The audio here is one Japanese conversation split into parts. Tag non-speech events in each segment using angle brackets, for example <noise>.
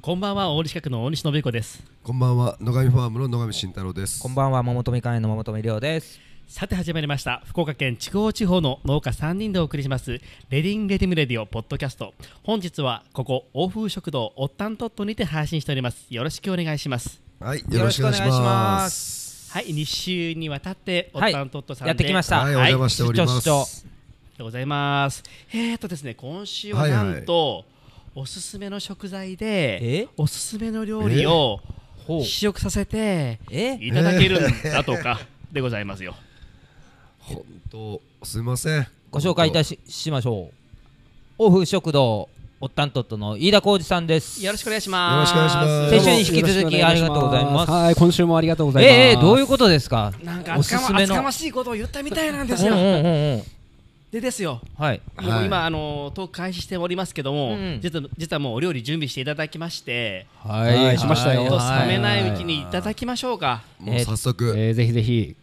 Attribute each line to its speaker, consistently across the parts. Speaker 1: こんばんは大西区の大西信彦です
Speaker 2: こんばんは野上ファームの野上慎太郎です
Speaker 3: こんばんは、桃富会の桃富亮です。
Speaker 1: さて始まりました福岡県筑豊地方の農家3人でお送りしますレディンレディムレディオポッドキャスト本日はここ欧風食堂おったんとっとにて配信しておりますよろしくお願いします
Speaker 2: はいよろしくお願いしま
Speaker 1: はい
Speaker 2: す
Speaker 1: 2週にわたっておっ
Speaker 3: はい
Speaker 1: たんとっとさんで、
Speaker 3: やってきました。
Speaker 2: はいお
Speaker 1: はい
Speaker 2: 邪魔しておりま
Speaker 3: 出張出
Speaker 2: す
Speaker 1: でございますえーとですね今週はなんと、おすすめの食材で
Speaker 3: え
Speaker 1: おすすめの料理を
Speaker 3: ほう
Speaker 1: 試食させて
Speaker 3: え
Speaker 1: いただけるんだとかでございますよ
Speaker 2: 本当すいません
Speaker 3: ご紹介いた
Speaker 2: し
Speaker 3: ししましょう。オフ食堂、おったんとっとの飯田浩二さんです。
Speaker 1: よろしくお願いし
Speaker 2: よ
Speaker 1: ま
Speaker 2: ろ
Speaker 1: す
Speaker 2: しくお願いします
Speaker 3: 先週に引き続きありがとうございます
Speaker 4: はい、今週もありがとうございます。
Speaker 3: ええどういうことですか
Speaker 1: なんか
Speaker 3: お
Speaker 1: 厚
Speaker 3: す
Speaker 1: か
Speaker 3: す
Speaker 1: ま
Speaker 3: め
Speaker 1: 厚
Speaker 3: の。
Speaker 1: かましいことを言ったみたいなんです
Speaker 3: うん
Speaker 1: よ
Speaker 3: う。 <laughs> んうんうん。
Speaker 1: でですよ、
Speaker 3: はい。
Speaker 2: はい
Speaker 1: もう今、あのートーク開始しておりますけど
Speaker 3: う
Speaker 1: も、
Speaker 3: ん
Speaker 1: 実は実はもうお料理準備していただきまして、
Speaker 4: はいはいしましたよ
Speaker 1: ちょっと
Speaker 3: は
Speaker 1: 冷めないうちにいただきましょうか。
Speaker 2: もう早速、
Speaker 4: えーぜひぜひ。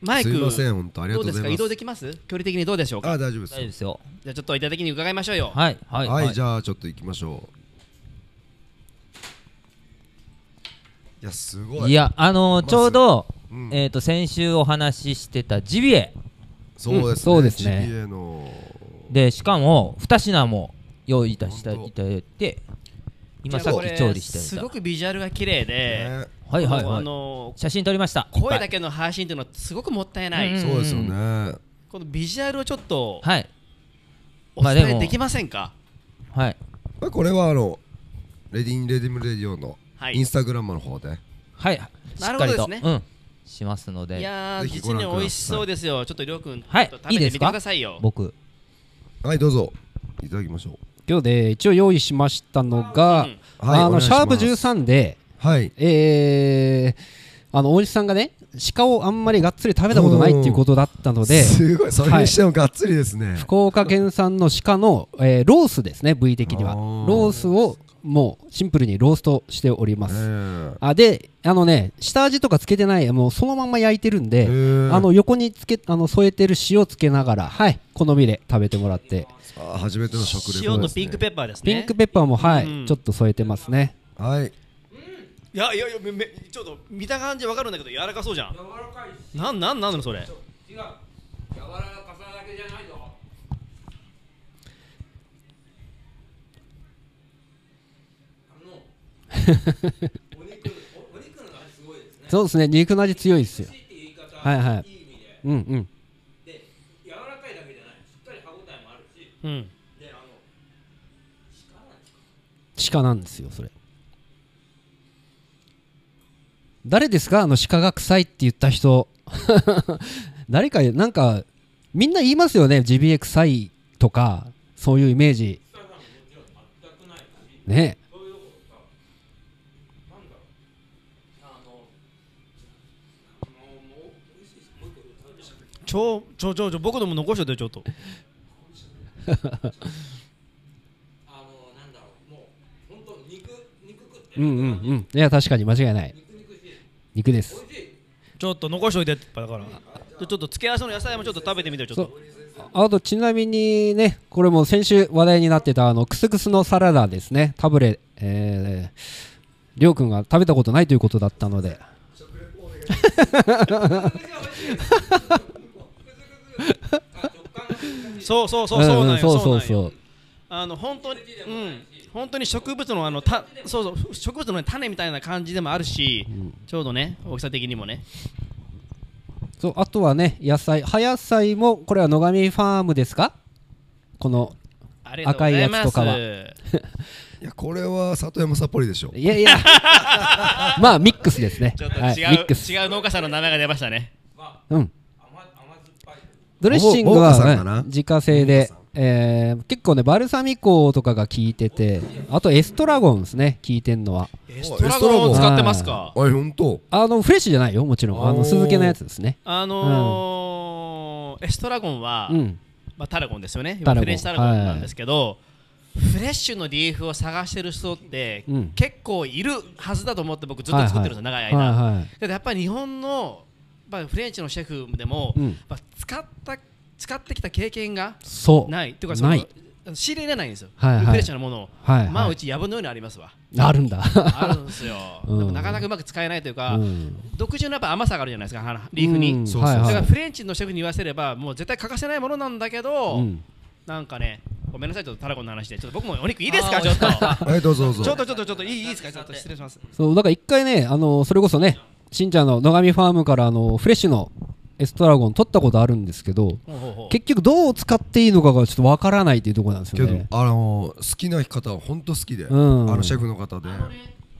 Speaker 1: マイ
Speaker 2: す
Speaker 1: ク、
Speaker 2: いませ
Speaker 1: ど
Speaker 2: ん本当ありがと
Speaker 1: う
Speaker 2: う
Speaker 1: で
Speaker 2: ご
Speaker 1: す
Speaker 2: ざ
Speaker 1: か
Speaker 2: い
Speaker 1: 移
Speaker 2: ます
Speaker 1: 動できます距離的にどうでしょう
Speaker 2: あ
Speaker 1: か
Speaker 2: 大丈夫で
Speaker 3: 大丈夫ですすよ。
Speaker 1: じゃあちょっといただきに伺いましょうよ。
Speaker 3: はい。は。
Speaker 2: はいい、じゃあちょっと行きましょういやすごい
Speaker 3: いや、あのー
Speaker 2: まず
Speaker 3: ちょうど、
Speaker 2: うん
Speaker 3: えっ、と、先週お話ししてたジビエ
Speaker 2: そうですね、
Speaker 4: そうですね
Speaker 2: ジビエの
Speaker 3: で、しかも、二品も用意いたした
Speaker 2: ほんと
Speaker 3: いただいて、今
Speaker 1: じ
Speaker 3: さ
Speaker 1: ゃあ
Speaker 3: っ
Speaker 1: これ
Speaker 3: き調理して
Speaker 1: す
Speaker 3: た
Speaker 1: ご。くビジュアルが綺麗で、
Speaker 2: ね
Speaker 3: はいはい
Speaker 1: もうあ
Speaker 3: はい。
Speaker 1: のー
Speaker 3: 写真撮りました。いっぱ
Speaker 1: 声
Speaker 3: い
Speaker 1: だけの配信というのはすごくもったいない、
Speaker 3: うん
Speaker 2: そうですよね、
Speaker 1: このビジュアルをちょっと
Speaker 3: はい。
Speaker 1: お
Speaker 3: まあで
Speaker 1: 伝え
Speaker 3: も
Speaker 1: できませんか、
Speaker 3: はい。
Speaker 2: まあ、これはあのレディンレディムレディオの
Speaker 1: はい
Speaker 2: インスタグラムの方で、
Speaker 3: はい。し
Speaker 1: なる
Speaker 3: っか
Speaker 1: ほど
Speaker 3: り
Speaker 1: で
Speaker 3: と、
Speaker 1: すね
Speaker 3: うん。しますので。
Speaker 1: いやー
Speaker 2: ぜひご
Speaker 1: 実
Speaker 2: 覧
Speaker 1: に
Speaker 2: ください
Speaker 1: 美味しそうですよちょっとりょうくん、
Speaker 3: はい
Speaker 1: ちょっと食べてみて
Speaker 3: いい
Speaker 1: く
Speaker 3: で
Speaker 1: だ
Speaker 3: す
Speaker 1: さいよ
Speaker 3: 僕
Speaker 2: はいどうぞいただきましょ
Speaker 4: 今日で一応用意しましたのが、
Speaker 1: うん
Speaker 2: うはい
Speaker 4: あ
Speaker 2: お願
Speaker 4: の
Speaker 2: いし
Speaker 4: シ
Speaker 2: ます
Speaker 4: ャープ13で、
Speaker 2: はい
Speaker 4: えー、あの大西さんがね、鹿をあんまりがっつり食べたことないっていうことだったので、
Speaker 2: すごいそれにしてもがっつりですね、
Speaker 4: 福岡県産の鹿の、えーロースですね、部位的には。
Speaker 2: あー
Speaker 4: ロースをもうシンプルにローストしております。
Speaker 2: え
Speaker 4: あで、あのね、下味とかつけてない、もうそのまんま焼いてるん
Speaker 2: え
Speaker 4: で、
Speaker 2: ええ
Speaker 4: あの横につけあの添えてる塩つけながら、はい、好みで食べてもらって、
Speaker 2: あ初めての食レポ
Speaker 1: 塩とピンクペッパーですね
Speaker 4: ピンクペッパーも、はい、
Speaker 1: うん
Speaker 4: ちょっと添えてますね。
Speaker 2: はい
Speaker 1: いやいやいやめめちょっと見た感じわかるんだけど柔らかそうじゃん柔らかいなんなんなんなのそれ
Speaker 4: そうですね、肉の味強いですよ。はいはい。うんうん。
Speaker 1: うん
Speaker 4: 鹿なんですよ、それ。誰ですかあの鹿が臭いって言った人。 <laughs> 誰か、なんか、みんな言いますよね、ジビエ臭いとか、そういうイメージ。ね
Speaker 1: ちょちょちょちょ僕のも残しといてよちょっと
Speaker 4: うんうんうん。いや、確かに間違いない。肉です。
Speaker 1: ちょっと残しといてだからちょちょっと付け合わせの野菜もちょっと食べてみてよちょっと
Speaker 4: あとちなみにね、これも先週話題になってたあのクスクスのサラダですね、タブレ、えー、りょうくんが食べたことないということだったので。
Speaker 1: そうそうそうそうなんよ
Speaker 4: んそうそう
Speaker 1: なんよ
Speaker 4: そう。
Speaker 1: あの本当にうん本当に植物のあのたそうそう植物のね種みたいな感じでもあるしちょうどね大きさ的にもね
Speaker 4: そうあとはね、野菜、葉野菜も、これは野上ファームですかこの、
Speaker 1: ありがとうございます
Speaker 4: 赤いやつとかはい
Speaker 2: やこれは里山サポリでしょ
Speaker 4: いや
Speaker 1: <laughs>
Speaker 4: いや、まあミックスですね。
Speaker 1: ちょっと違う、
Speaker 4: はい、ミックス。
Speaker 1: 違う農家さんの名前が出ましたね
Speaker 4: うん。ドレッシング
Speaker 2: おお母さんか
Speaker 4: は
Speaker 2: な
Speaker 4: うん自家製で、えー結構ね、バルサミコとかが効いてて、あとエストラゴンですね、効いてんのは。
Speaker 1: エ
Speaker 2: ス
Speaker 1: ス
Speaker 2: ト
Speaker 1: ト
Speaker 2: ラ
Speaker 1: ラ
Speaker 2: ゴン
Speaker 1: ゴンを使ってますか
Speaker 2: あれほんと
Speaker 4: あの、フレッシュじゃないよ、もちろん。
Speaker 2: お
Speaker 4: あの、
Speaker 2: ー
Speaker 4: 酢漬けのやつですね。
Speaker 1: あのーエストラゴンは、
Speaker 4: うん。
Speaker 1: まあ、タラゴンですよね
Speaker 4: タラゴン
Speaker 1: フレッシュタラゴンなんですけど、フレッシュのリーフを探してる人って、
Speaker 4: うん
Speaker 1: 結構いるはずだと思って僕ずっと作ってるんですよ、
Speaker 4: はいはい
Speaker 1: 長い間、
Speaker 4: はいはい。
Speaker 1: だってやっぱり日本の、まあ、フレンチのシェフでも、
Speaker 4: うん
Speaker 1: まあ、使った使ってきた経験が
Speaker 4: そう。
Speaker 1: ないっていうかその
Speaker 4: ない
Speaker 1: 仕入れれないんですよ、
Speaker 4: はいはい
Speaker 1: ウクレシアのものを、
Speaker 4: はい、はい
Speaker 1: まあうちやぶのようにありますわ
Speaker 4: あるんだ、
Speaker 1: あるんですよ、
Speaker 4: うん
Speaker 1: でもなかなかうまく使えないというか、
Speaker 4: うん
Speaker 1: 独自のやっぱ甘さがあるじゃないですかあの <laughs> リーフに、
Speaker 4: うん
Speaker 2: そうそうそう
Speaker 1: だ
Speaker 4: は
Speaker 1: か
Speaker 4: いは
Speaker 1: ら
Speaker 4: い
Speaker 1: フレンチのシェフに言わせればもう絶対欠かせないものなんだけど、
Speaker 4: うん
Speaker 1: なんかねごめんなさいちょっとタラコの話でちょっと僕もお肉いいですかちょっと
Speaker 2: はいどうぞどうぞ
Speaker 1: ちょっとちょっとちょっといいいいですかちょっと失礼します
Speaker 4: そうだから一回ねあのそれこそねしんちゃんの野上ファームからあのフレッシュのエストラゴン取ったことあるんですけど
Speaker 1: ほうほうほう
Speaker 4: 結局どう使っていいのかがちょっとわからないっていうところなんです
Speaker 2: け
Speaker 4: よ
Speaker 2: ど
Speaker 4: ね
Speaker 2: あの好きな方は本当好きで、
Speaker 4: うん
Speaker 2: あのシェフの方で、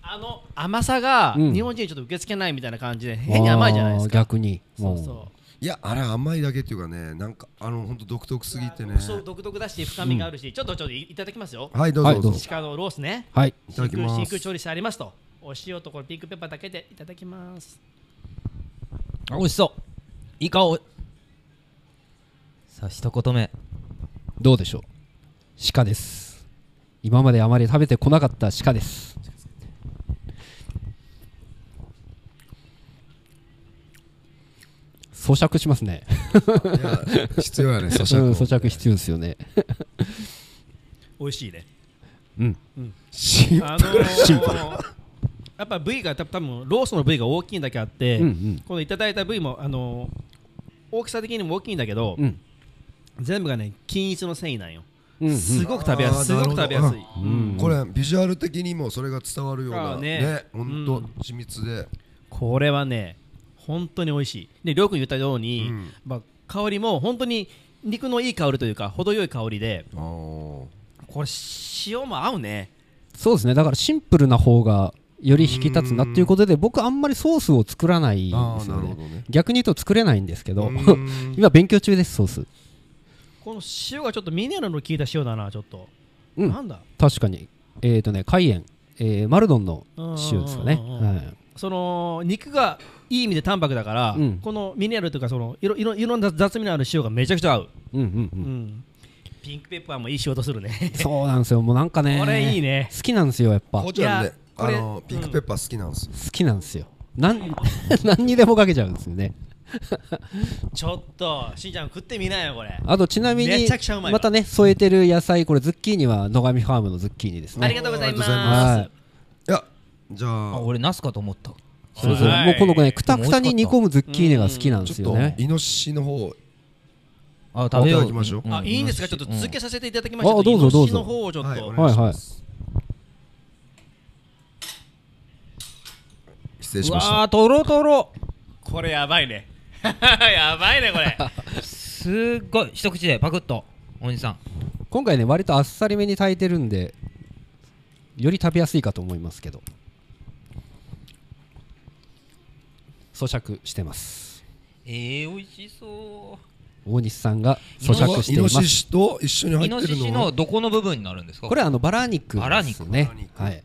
Speaker 1: あの甘さが
Speaker 4: うん
Speaker 1: 日本人にちょっと受け付けないみたいな感じで変に甘いじゃないですか
Speaker 4: あー逆に
Speaker 1: そうそ
Speaker 2: いやあれ甘いだけっていうかねなんかあの本当独特すぎてね
Speaker 1: うそう独特だし深みがあるしちょっとちょっといいただきますよ
Speaker 2: はいどうぞ
Speaker 4: はい
Speaker 2: どうぞ、
Speaker 4: どうぞ
Speaker 1: 鹿のロースね
Speaker 4: はい
Speaker 2: いただ
Speaker 1: 真
Speaker 2: きま
Speaker 1: 空真
Speaker 2: す
Speaker 1: 空調理してありますとお塩とこれピンクペッパーだけでいただきます
Speaker 3: あ美味しそういい顔さあ一言目
Speaker 4: どうでしょう鹿です今まであまり食べてこなかった鹿です咀嚼しますね
Speaker 2: いや必要やね咀嚼
Speaker 4: うん
Speaker 2: 音
Speaker 4: 咀嚼必要ですよね
Speaker 1: 美味しいね
Speaker 4: うん
Speaker 2: <laughs> し
Speaker 1: あのー、やっぱ部位がた多分ロースの部位が大きいだけあって、
Speaker 4: うんうん
Speaker 1: このいただいた部位もあのー大きさ的にも大きいんだけど、
Speaker 4: うん
Speaker 1: 全部がね均一の繊維なんよ、
Speaker 4: うんうん
Speaker 1: すごく食べやすいす
Speaker 2: あー
Speaker 1: ごく食べやすい、
Speaker 4: うん
Speaker 2: これビジュアル的にもそれが伝わるよう
Speaker 1: あ
Speaker 2: な
Speaker 1: ーね
Speaker 2: ね本当、
Speaker 1: うん
Speaker 2: 緻密で、
Speaker 1: これはね本当に美味しいでりょうくん言ったよう
Speaker 2: う
Speaker 1: に、
Speaker 2: ん、
Speaker 1: まあ、香りも本当に肉のいい香りというか程よい香りで
Speaker 2: あー
Speaker 1: これ塩も合うね
Speaker 4: そうですねだからシンプルな方がより引き立つなっていうことで僕あんまりソースを作らないん
Speaker 2: あー
Speaker 4: です
Speaker 2: な
Speaker 4: よ
Speaker 2: るほ
Speaker 4: ね
Speaker 2: どね
Speaker 4: 逆に言うと作れないんですけど
Speaker 2: うーん
Speaker 4: <laughs> 今勉強中ですソース
Speaker 1: この塩がちょっとミネラルの効いた塩だなちょっと、
Speaker 4: うん
Speaker 1: なんだ
Speaker 4: 確かにえっ、とね海塩、えーマルドンの塩ですかね
Speaker 1: うんうんうんうん
Speaker 4: はい
Speaker 1: その肉がいい意味で淡白だから、
Speaker 4: うん
Speaker 1: このミネラルというかそのいろいろいろんな雑味のある塩がめちゃくちゃ合う、
Speaker 4: うんうんう
Speaker 1: うん
Speaker 4: ん
Speaker 1: ピンクペッパーもいい仕事するね
Speaker 4: そうなんですよもうなんかね
Speaker 1: これいいね
Speaker 4: 好きなんですよやっぱ
Speaker 2: こ
Speaker 4: 好
Speaker 2: うちゃん
Speaker 1: いや
Speaker 2: ね
Speaker 1: こ
Speaker 2: あ
Speaker 1: れ
Speaker 2: のピンクペッパー好きなんですよ、
Speaker 4: きなんですよなん <laughs> 何にでもかけちゃうんですよね
Speaker 1: ちょっとしんちゃん食ってみなよこれ、
Speaker 4: あとちなみに
Speaker 1: めちゃくちゃうまいわ
Speaker 4: またね添えてる野菜これズッキーニは野上ファームのズッキーニです
Speaker 1: あり
Speaker 4: ね
Speaker 1: がとうございます
Speaker 4: ありがと
Speaker 2: いやじゃ
Speaker 3: あ
Speaker 2: あ
Speaker 3: 俺ナスかと思った
Speaker 4: そうそう
Speaker 1: はい
Speaker 4: もうこのねくたくたに煮込むズッキーニが好きなんで
Speaker 2: ち
Speaker 4: す
Speaker 2: ょっ
Speaker 4: よ
Speaker 2: と
Speaker 4: ね
Speaker 2: イノシシの方
Speaker 3: あ食べよ
Speaker 2: いうただきましょう
Speaker 1: あいいんですかちょっと続けさせていただきまし
Speaker 4: う
Speaker 1: た
Speaker 4: んあどうぞどうぞ
Speaker 1: の方をちょっと、
Speaker 2: はいお
Speaker 4: は
Speaker 2: 願
Speaker 4: い
Speaker 2: いし
Speaker 4: は
Speaker 2: ま
Speaker 4: い
Speaker 2: す、失礼し
Speaker 3: う
Speaker 2: ました
Speaker 3: わーとろとろ
Speaker 1: これやばい <laughs> ねやばいねこれ
Speaker 3: すっごい一口でパクッとおじさん
Speaker 4: 今回ね割とあっさりめに炊いてるんでより食べやすいかと思いますけど咀嚼してます
Speaker 3: えー、美味しそ
Speaker 4: 大西さんが咀嚼していま
Speaker 2: イノシ
Speaker 4: す
Speaker 2: シと一緒に
Speaker 3: う
Speaker 2: 入
Speaker 3: イ
Speaker 2: っ
Speaker 3: ノ
Speaker 2: て
Speaker 3: シ
Speaker 2: る
Speaker 3: シ
Speaker 2: の
Speaker 3: のどこの部分になるんですか
Speaker 4: これはあのバラ肉
Speaker 3: バラ
Speaker 4: です
Speaker 3: 肉
Speaker 4: ね
Speaker 2: バラ肉
Speaker 4: はい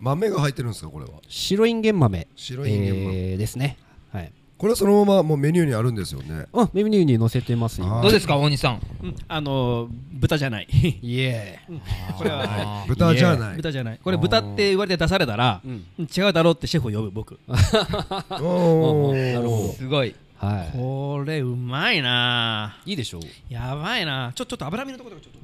Speaker 2: 豆が入ってるんですかこれは
Speaker 4: 白インゲン豆
Speaker 2: 白いんげん豆
Speaker 4: えーですねはい
Speaker 2: これはそのままもうメニューにあるんですよね
Speaker 4: うんメニューに載せてます今
Speaker 2: あ
Speaker 3: どうですか大西さん
Speaker 1: うんあのー豚じゃない
Speaker 4: イエ
Speaker 1: <laughs> これは
Speaker 3: あー
Speaker 2: 豚じゃない
Speaker 1: 豚じゃないこれ豚って言われて出されたら
Speaker 4: ーうん
Speaker 1: 違うだろうってシェフを呼ぶ僕
Speaker 2: おー
Speaker 4: なるほ
Speaker 3: すごい
Speaker 4: は
Speaker 1: これうまいない
Speaker 4: いいでしょう
Speaker 1: ぁやばいなぁちょちょっと脂身のところがちょっと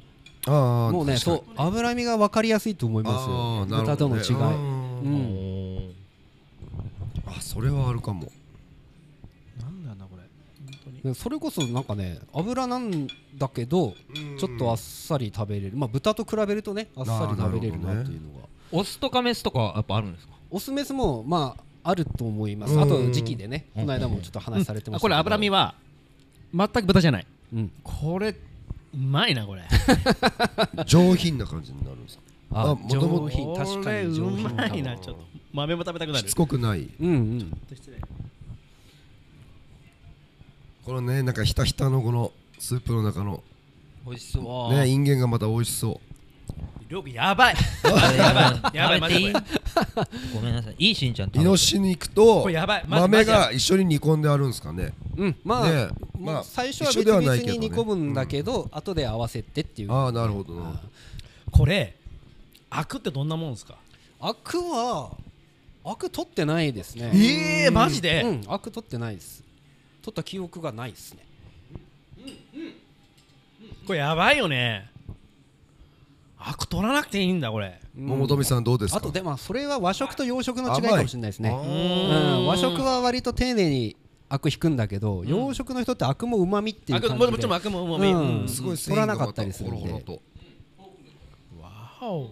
Speaker 2: あー
Speaker 4: もうねそう脂身が分かりやすいと思いますよ
Speaker 2: あーなる
Speaker 4: 豚
Speaker 2: ほ
Speaker 4: と
Speaker 2: ど
Speaker 4: の
Speaker 2: ね
Speaker 4: 違いうん
Speaker 2: あーあそれはあるかも
Speaker 1: なんだなこれ本当に
Speaker 4: でそれこそなんかね油なんだけどちょっとあっさり食べれるまあ豚と比べるとねあっさり食べれる
Speaker 2: あー
Speaker 4: な
Speaker 2: なるほどね
Speaker 4: っていうのが
Speaker 3: オスとかメスとかやっぱあるんですか
Speaker 4: オスメスもまああると思います
Speaker 2: うん
Speaker 4: あと時期でね
Speaker 3: う
Speaker 4: こ
Speaker 3: ん
Speaker 4: の間もちょっと話されてま
Speaker 1: あこ
Speaker 4: したけ
Speaker 1: れ
Speaker 4: ど
Speaker 1: 脂身は全く豚じゃない
Speaker 4: うん
Speaker 1: これうまいなこれ
Speaker 2: 上品な感じになるんですか
Speaker 4: あ
Speaker 2: あ元々
Speaker 4: 上品確
Speaker 1: こ
Speaker 4: か
Speaker 1: れ
Speaker 4: に
Speaker 1: う
Speaker 4: 上品
Speaker 1: ま
Speaker 4: だ
Speaker 1: いな
Speaker 4: な
Speaker 1: ちょっと豆も食べたくな
Speaker 2: し
Speaker 1: る
Speaker 2: つこくない
Speaker 4: うんうん
Speaker 1: 失礼
Speaker 2: このねなんかひたひたのこのスープの中の
Speaker 3: 美味しそう
Speaker 2: ねインゲンがまた美味しそ
Speaker 1: 料理 <laughs> やばい
Speaker 3: あ
Speaker 1: やば
Speaker 3: 食べ
Speaker 1: い
Speaker 3: ていい <laughs> ごめんなさいいいしんちゃん食
Speaker 2: う
Speaker 3: べ
Speaker 2: イ
Speaker 3: て
Speaker 2: ノシシ肉と
Speaker 1: これやばいまず
Speaker 2: 豆が一緒に煮込んであるんですかね
Speaker 4: うんま
Speaker 2: ね
Speaker 4: あ
Speaker 2: えま
Speaker 4: もう
Speaker 2: あ
Speaker 4: 最初は
Speaker 2: 一緒ではない
Speaker 4: 別
Speaker 2: けど
Speaker 4: 々に
Speaker 2: ね
Speaker 4: 煮込むんだけど後で合わせてっていう
Speaker 2: ああなるほどな
Speaker 1: これアクってどんなもんですか
Speaker 4: アクはアク取ってないですね
Speaker 1: ええマジ
Speaker 4: う
Speaker 1: で
Speaker 4: んアク取ってないです取った記憶がないですね
Speaker 1: これやばいよねアク取らなくていいんだこれ
Speaker 2: 桃富さんどうですか
Speaker 4: あとでもそれは和食と洋食の違いかもしれないですね、
Speaker 2: 甘
Speaker 1: う
Speaker 2: い
Speaker 4: うんん、和食は割と丁寧にアク引くんだけど、洋食の人ってアクもうまみってい
Speaker 1: あ
Speaker 4: う感じで
Speaker 1: ももちろんアクももみ
Speaker 4: うん
Speaker 1: うん
Speaker 2: すごい繊
Speaker 4: 取
Speaker 2: 維
Speaker 4: ら
Speaker 2: が
Speaker 4: な
Speaker 2: ま
Speaker 4: かったりするんで
Speaker 2: ほろほろと
Speaker 1: わお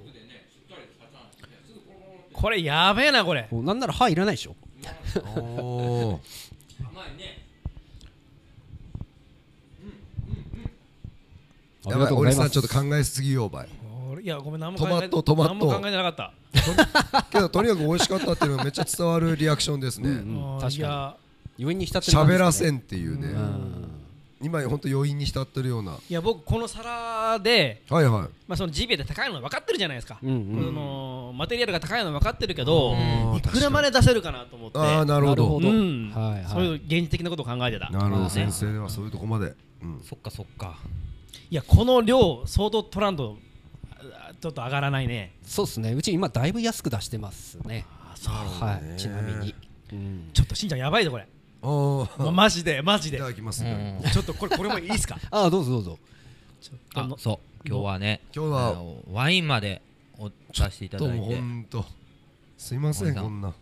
Speaker 1: これやべえなこれ
Speaker 4: こうなんなら歯いらないでしょ
Speaker 2: おー
Speaker 4: <laughs> あり
Speaker 2: や
Speaker 4: が
Speaker 2: ばい
Speaker 4: とうご
Speaker 2: 俺
Speaker 4: ざい
Speaker 2: さ
Speaker 4: ま
Speaker 2: んち
Speaker 4: す
Speaker 2: ょっと考えすぎよお前
Speaker 1: 俺いやごめん何も考えて
Speaker 2: トマトトマト
Speaker 1: 何も考えてなかった
Speaker 2: けどとにかく美味しかったっていうのがめっちゃ伝わるリアクションですね
Speaker 4: うん
Speaker 1: あー
Speaker 4: 確かに
Speaker 1: いや
Speaker 4: 余韻に浸ってる感じ
Speaker 2: 喋
Speaker 4: ですね
Speaker 2: らせんっていう
Speaker 4: う
Speaker 2: ね
Speaker 4: ん
Speaker 2: 今本当余韻に浸ってるようない
Speaker 1: や僕この皿で
Speaker 2: はいはい
Speaker 1: まあそのジビエで高いのは分かってるじゃないですか、
Speaker 4: うんうん
Speaker 1: このマテリアルが高いのは分かってるけど、
Speaker 2: うん
Speaker 1: いくらまで出せるかなと思って
Speaker 2: ああなるほど
Speaker 4: なるほど
Speaker 1: うん
Speaker 4: はいはい
Speaker 1: そういう現実的なことを考えてた
Speaker 2: なるほ
Speaker 4: まあ
Speaker 2: ど
Speaker 4: ね
Speaker 2: 先生はそういうとこまでうん
Speaker 3: そっかそっか
Speaker 1: いやこの量相当取らんとあちょっと上がらないね
Speaker 4: そうですねうち今だいぶ安く出してますねは
Speaker 2: ね
Speaker 4: いちなみに、うん
Speaker 1: ちょっとしんちゃんやばいぞこれ、
Speaker 2: あー
Speaker 1: まマジでマジ
Speaker 2: い
Speaker 1: で
Speaker 2: ただきますね
Speaker 1: ちょっとこれこれもいいっすか
Speaker 4: ああどうぞどうぞ
Speaker 1: ちょっと
Speaker 3: あ
Speaker 1: の <laughs>
Speaker 3: そう今日はね
Speaker 2: 今日は
Speaker 3: あのワインまでおさせていた
Speaker 2: どう
Speaker 3: だい
Speaker 2: も
Speaker 3: て
Speaker 2: 本当すいませんこんな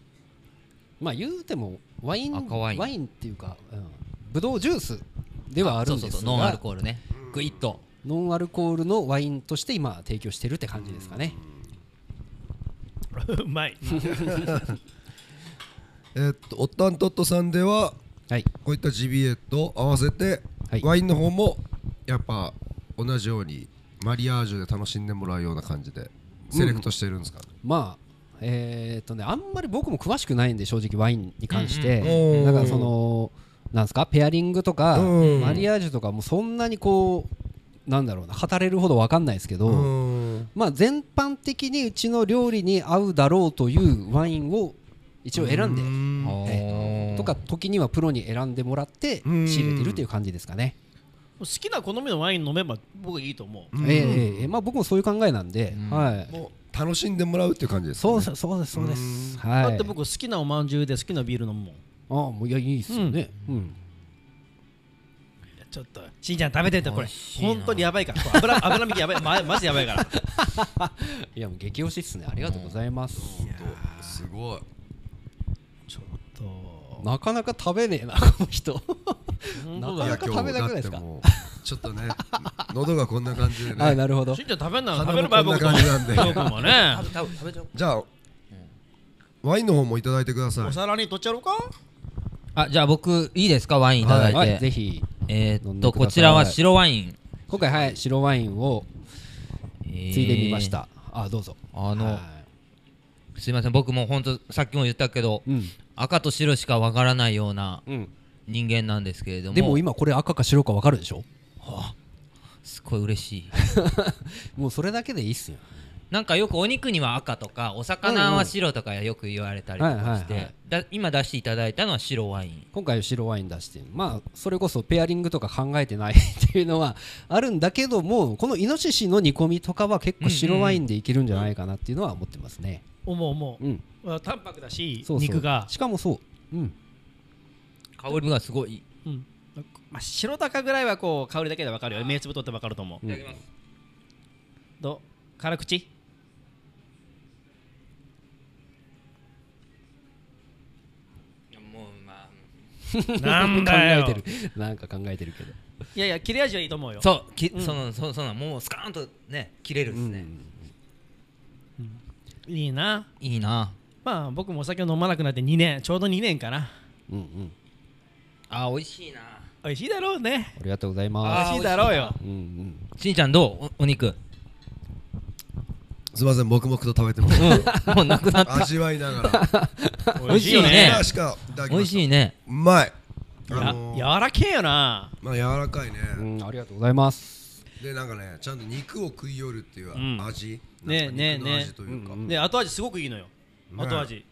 Speaker 4: まあ言うてもワイン
Speaker 3: 赤ワイン
Speaker 4: っていうか、うん、ブドウジュースではあるんですが
Speaker 3: そうそうそうノンアルコールねグイッと
Speaker 4: ノンアルコールのワインとして今提供してるって感じですかね、
Speaker 1: うまい
Speaker 2: えっとおったんとっとさんでは
Speaker 4: はい
Speaker 2: こういったジビエと合わせて、
Speaker 4: はい
Speaker 2: ワインの方もやっぱ同じようにマリアージュで楽しんでもらうような感じでセレクトしてるんですか、
Speaker 4: まあえーっとねあんまり僕も詳しくないんで正直ワインに関して、
Speaker 2: うんうん
Speaker 4: だからそのなんですかペアリングとか、
Speaker 2: うん
Speaker 4: マリアージュとかもそんなにこうなんだろうな語れるほどわかんないですけど、
Speaker 2: うん
Speaker 4: まあ全般的にうちの料理に合うだろうというワインを一応選んで、
Speaker 2: うん
Speaker 4: ええとか時にはプロに選んでもらって
Speaker 2: うん
Speaker 4: 仕入れてるっていう感じですかね、
Speaker 1: 好きな好みのワイン飲めば僕いいと思う
Speaker 2: うん
Speaker 4: ええええええまあ、僕もそういう考えなんで、
Speaker 3: うん
Speaker 4: はい
Speaker 2: もう楽しんでもらうっていう感じです、ね、
Speaker 4: そうそうそうですそうですはい
Speaker 1: だって僕好きなおまんじゅうで好きなビール飲むもん
Speaker 4: ああもういやいいっすよね、うん
Speaker 1: ちょっとしんちゃん食べてってこ
Speaker 3: 美
Speaker 1: れ
Speaker 3: 味しいな
Speaker 1: 本当にやばいからこれ <laughs> 油油引きやばいまマジでやばいから
Speaker 4: いやもう激推しっすねありがとうございます、
Speaker 2: すごい
Speaker 1: ちょっと
Speaker 4: なかなか食べねえなこの人
Speaker 1: 本
Speaker 4: な
Speaker 1: 当
Speaker 4: か
Speaker 1: だよ
Speaker 2: いや
Speaker 4: なか
Speaker 2: 今
Speaker 4: 食べ
Speaker 2: 日
Speaker 4: た
Speaker 2: だ
Speaker 4: く
Speaker 2: っ
Speaker 4: ないで
Speaker 2: て
Speaker 4: すか
Speaker 2: もうちょっとね喉がこんな感じで
Speaker 4: <laughs> ああ
Speaker 2: ね
Speaker 4: なるほど
Speaker 1: しんちゃん食べんなら食べ
Speaker 2: 鼻
Speaker 1: る
Speaker 2: も
Speaker 1: ば
Speaker 2: こ
Speaker 1: よ
Speaker 2: ん
Speaker 1: 僕
Speaker 2: な
Speaker 1: と
Speaker 2: 感じなんで
Speaker 1: 僕も <laughs> ね
Speaker 3: 食べ食べ食べちゃおう
Speaker 2: <laughs> じゃあワインの方もいただいてくださ
Speaker 1: お
Speaker 2: い
Speaker 1: 皿に取っちゃろうか
Speaker 3: あじゃあ僕いいですかワインいただいて、
Speaker 4: はい、ぜひ
Speaker 3: え
Speaker 4: 飲
Speaker 3: ー、
Speaker 4: ん
Speaker 3: っ
Speaker 4: で
Speaker 3: と
Speaker 4: ください
Speaker 3: こちらは白ワイン、
Speaker 4: 今回はい白ワインを
Speaker 3: え
Speaker 4: つ
Speaker 3: ー
Speaker 4: いでみました、ああどうぞ
Speaker 3: あの
Speaker 4: は
Speaker 3: すいません僕も本当さっきも言ったけど
Speaker 4: いうん
Speaker 3: 赤と白しかわからないような
Speaker 4: うん、
Speaker 3: 人間なんですけれども
Speaker 4: でも今これ赤か白か分かるでしょ
Speaker 3: すごい嬉しい
Speaker 4: もうそれだけでいいっすよ
Speaker 3: なんかよくお肉には赤とかお魚は白とかよく言われたりとかし
Speaker 4: うんうんはいはいは
Speaker 3: てだ今出していただいたのは白ワイン
Speaker 4: 今回は白ワイン出してまあそれこそペアリングとか考えてないっていうのはあるんだけどもこのイノシシの煮込みとかは結構白ワインでいけるんじゃないかなっていうのは思ってますね
Speaker 1: 思う思
Speaker 4: うん、
Speaker 1: うあ淡白だし
Speaker 4: そうそう
Speaker 1: 肉が
Speaker 4: しかもそううん
Speaker 3: 香りがすごい
Speaker 1: うんまあ白鷹ぐらいはこう香りだけでわかるよ目つぶとってわかると思う
Speaker 4: うん
Speaker 1: どう辛口
Speaker 3: いやもうま
Speaker 1: なん
Speaker 4: 考
Speaker 1: だ
Speaker 4: え
Speaker 1: よ
Speaker 4: てるなんか考えてるけど
Speaker 1: いやいや切れ味はいいと思うよ
Speaker 3: あそうき、そのそそのもうスカーンとね切れるですね、
Speaker 1: いいない
Speaker 3: いな
Speaker 1: まあ僕もお酒を飲まなくなって2年ちょうど2年かな
Speaker 4: うんうん
Speaker 3: あ美味しいな
Speaker 1: 美味しいだろうね
Speaker 4: ありがとうござい
Speaker 1: 美
Speaker 4: ま
Speaker 3: あー
Speaker 1: 味しいだろうよ
Speaker 4: すうんうん
Speaker 3: しんちゃんどうおお肉
Speaker 2: すいません黙々と食べてます
Speaker 3: もうなくなった
Speaker 2: <laughs> 味わいながら
Speaker 1: 美味しいよね
Speaker 3: 美
Speaker 2: しかいただき
Speaker 3: 美
Speaker 2: ま
Speaker 3: 味
Speaker 2: した
Speaker 3: しいね
Speaker 2: うまいあ
Speaker 1: や
Speaker 2: のー
Speaker 1: 柔らけえよな
Speaker 2: まあ柔らかいね、
Speaker 4: うん、ありがとうございます。
Speaker 2: でなんかねちゃんと肉を食い寄るっていう
Speaker 1: うん
Speaker 2: 味、
Speaker 1: ね
Speaker 2: なんか肉の
Speaker 1: ねね
Speaker 2: 味というか、
Speaker 4: うん
Speaker 1: で後味すごくいいのよ
Speaker 2: ね
Speaker 1: 後味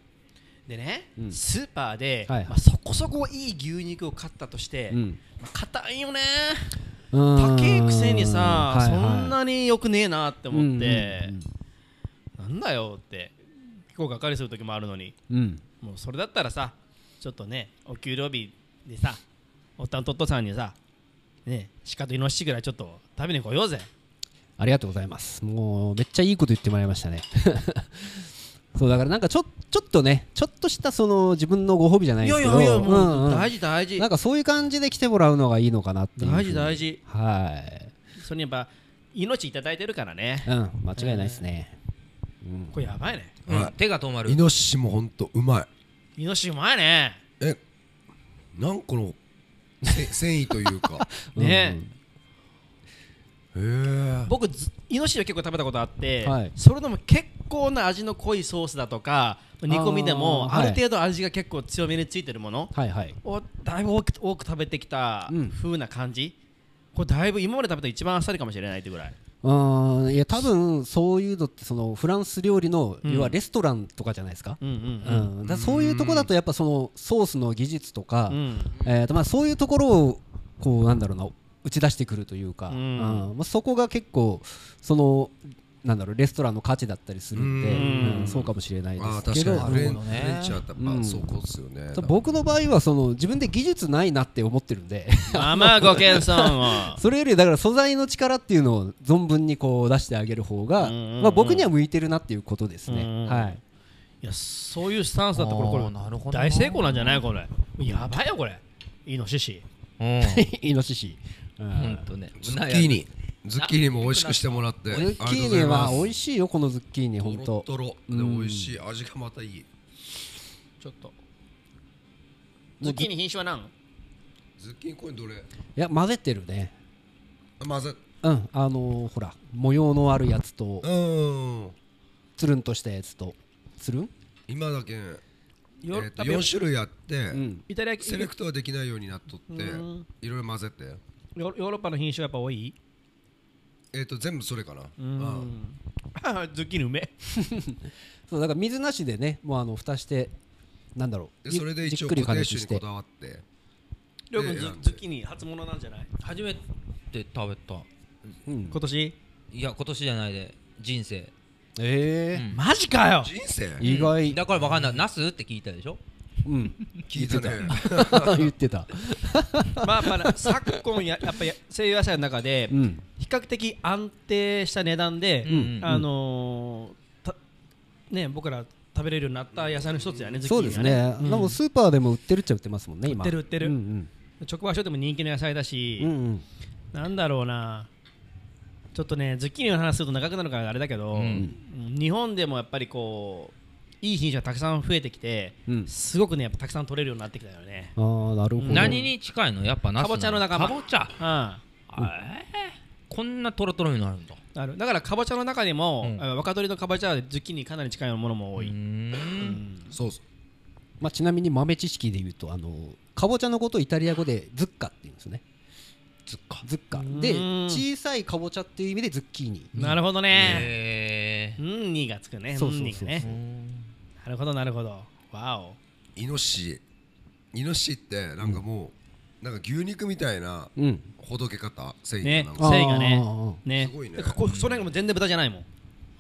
Speaker 1: でね
Speaker 4: うん
Speaker 1: スーパーで
Speaker 4: はいはい
Speaker 1: まあそこそこいい牛肉を買ったとして
Speaker 4: うん。
Speaker 1: まあ硬いよね
Speaker 4: 高
Speaker 1: 高えくせにさそんなによくねえなって
Speaker 4: と
Speaker 1: 思ってなんだよって結構がっかりする時もあるのに
Speaker 4: うん。
Speaker 1: もうそれだったらさちょっとねお給料日でさおったんとっとさんにさね鹿とイノシシぐらいちょっと食べに来ようぜ
Speaker 4: ありがとうございます。もうめっちゃいいこと言ってもらいましたね。 <laughs> そうだからなんかちょちょっとね、ちょっとしたその自分のご褒美じゃない
Speaker 5: い
Speaker 4: で
Speaker 5: や
Speaker 4: す
Speaker 5: い
Speaker 4: けど、
Speaker 5: やいや、も
Speaker 4: うんう
Speaker 5: うん大事大事
Speaker 4: なん。かそういう感じで来てもらうのがいいのかなっていうふうに。
Speaker 5: 大事大事。
Speaker 4: はい。
Speaker 1: それにやっぱ命いただいてるからね
Speaker 4: うん、間違いないですね。うん
Speaker 1: これやばいね
Speaker 5: うん手が止まる
Speaker 2: イ。ノシシもほんとうまい
Speaker 1: イノシシうまいね
Speaker 2: えなんこのせ <laughs> 繊維というか
Speaker 1: ね
Speaker 2: へえ
Speaker 1: <laughs> 僕ずイノシシを結構食べたことあって、
Speaker 4: はい
Speaker 1: それでも結構な味の濃いソースだとか煮込みでも
Speaker 4: あー
Speaker 1: ある程度味が結構強めについてるもの
Speaker 4: はいはい。
Speaker 1: をだいぶ多く多く食べてきた
Speaker 4: うん
Speaker 1: 風な感じ、これだいぶ今まで食べた一番あっさりかもしれないってぐらい
Speaker 4: うん、いや多分そういうのってそのフランス料理の、
Speaker 1: うん
Speaker 4: 要はレストランとかじゃないですか。
Speaker 1: うんうん
Speaker 4: うんだからそういうとこだとやっぱそのソースの技術とか、
Speaker 1: うんうん
Speaker 4: えーとまあ、そういうところをこうなんだろうな打ち出してくるというか、
Speaker 1: う
Speaker 4: うんんまあ、そこが結構そのなんだろうレストランの価値だったりするんで、
Speaker 2: うん
Speaker 4: うんそうかもしれないで
Speaker 2: ああ確
Speaker 4: すけど
Speaker 2: かにフレン
Speaker 5: なるほどね
Speaker 2: フレンチはやっぱ
Speaker 4: うん
Speaker 2: そうこうですよね
Speaker 4: そう僕の場合はその自分で技術ないなって思ってるんで
Speaker 1: まあまあご謙遜
Speaker 4: <laughs>
Speaker 1: を
Speaker 4: それよりだから素材の力っていうのを存分にこう出してあげる方が、
Speaker 1: うんうんうん
Speaker 4: まあ、僕には向いてるなっていうことですね。
Speaker 1: うんうん
Speaker 4: はい <laughs>
Speaker 1: いやそういうスタンスだったこれこ
Speaker 5: あーなるほ
Speaker 1: れ
Speaker 5: どな
Speaker 1: 大成功なんじゃないこれやばいよこれイノシシ
Speaker 5: うん。
Speaker 4: イノシシ。うん
Speaker 5: ほんとね。
Speaker 2: ズッキーニズッキーニも美味しくしてもらって
Speaker 4: ズッキーニは美味しいよ、このズッキーニ、
Speaker 2: い
Speaker 4: 本当。
Speaker 2: トロトロで美味しい味がまたいい
Speaker 1: ちょっとズッキーニ品種は何
Speaker 2: ズッキーニこれどれ
Speaker 4: いや、混ぜてるね。
Speaker 2: あ混ぜ
Speaker 4: うん、あのー、ほら、模様のあるやつと
Speaker 2: う、ーん
Speaker 4: つるんとしたやつと。つるん。
Speaker 2: 今だけえ
Speaker 1: ヨーロ
Speaker 2: ー
Speaker 1: ッ
Speaker 2: と
Speaker 1: パ
Speaker 2: 4種類あって
Speaker 4: うん。
Speaker 1: イタリア
Speaker 2: セレクトはできないようになっとって
Speaker 1: うん
Speaker 2: いろいろ混ぜて
Speaker 1: ヨヨーロッパの品種がやっぱ多い
Speaker 2: えっと全部それかな
Speaker 1: う
Speaker 2: ああ
Speaker 1: ん <laughs> ズッキーニうめえ
Speaker 4: そう、だから、水なしでね、もう、あの、蓋して。なんだろう。
Speaker 2: でそれで一
Speaker 4: じじっ
Speaker 2: 応
Speaker 4: く
Speaker 2: 固
Speaker 4: り加
Speaker 2: 定
Speaker 4: 熱
Speaker 2: 種に
Speaker 4: し
Speaker 2: こ
Speaker 4: て
Speaker 2: だ。わって
Speaker 1: りょうくんズ
Speaker 2: ええ
Speaker 1: ズッキーニ初物なんじゃない
Speaker 5: 初めて食べた。
Speaker 4: うん
Speaker 1: 今年
Speaker 5: いや、今年じゃないで。人生。
Speaker 4: え
Speaker 5: うん
Speaker 1: マジかよ
Speaker 2: 人生
Speaker 4: え。意外。
Speaker 5: だからわかんない。ナスって聞いたでしょ
Speaker 4: うん。 <laughs>
Speaker 2: 聞いたね
Speaker 4: 言ってた。
Speaker 1: <laughs> まあまあ昨今ややっぱり西洋野菜の中で
Speaker 4: うん。
Speaker 1: 比較的安定した値段で、
Speaker 5: うん
Speaker 1: あのーたね僕ら食べれるようになった野菜の一つやねズッキ
Speaker 4: そ
Speaker 1: ー
Speaker 4: う
Speaker 1: ニ
Speaker 4: で
Speaker 1: が
Speaker 4: すね。でも、スーパーでも売ってるっちゃ売ってますもんね。今。
Speaker 1: 売ってる売ってる
Speaker 4: うん
Speaker 1: 直売所でも人気の野菜だし
Speaker 4: うん。、うんうん。
Speaker 1: なんだろうなちょっとねズッキーニの話すると長くなるからあれだけど、
Speaker 5: うん
Speaker 1: うん日本でもやっぱりこういい品種がたくさん増えてきて、
Speaker 4: うん
Speaker 1: すごくねやっぱたくさん取れるようになってきたよね
Speaker 4: ああ、なるほど。
Speaker 5: 何に近いのやっぱナス
Speaker 1: かぼちゃの仲間
Speaker 5: かぼちゃ。
Speaker 1: うんあ
Speaker 5: こんなトロトロになるんだ。
Speaker 1: るだからかぼちゃの中にも、
Speaker 5: うん
Speaker 1: あ若鳥のかぼちゃはズッキーニにかなり近いものも多
Speaker 5: う
Speaker 1: い、
Speaker 5: ー
Speaker 1: うん
Speaker 5: ん。
Speaker 2: <laughs> そうそう
Speaker 4: まあ、ちなみに豆知識で言うとあのかぼちゃのことをイタリア語でズッカって言うんですねズッカズッカで
Speaker 1: うん
Speaker 4: 小さいかぼちゃっていう意味でズッキーニ
Speaker 1: なるほどね
Speaker 5: へ
Speaker 1: うん「に」がつくね「
Speaker 4: そううそ
Speaker 1: ん」
Speaker 4: う
Speaker 1: に
Speaker 4: そ
Speaker 1: が
Speaker 4: う
Speaker 1: ね
Speaker 5: ーうん
Speaker 1: なるほどなるほどわお
Speaker 2: イノシシイノシシってなんかもうなんか牛肉みたいな
Speaker 4: うん
Speaker 2: ほどけ方繊維
Speaker 1: ね
Speaker 2: がなんか
Speaker 1: 繊維が
Speaker 4: あー
Speaker 1: ねね
Speaker 2: すごいね
Speaker 1: ここその辺がもう全然豚じゃないもん、うん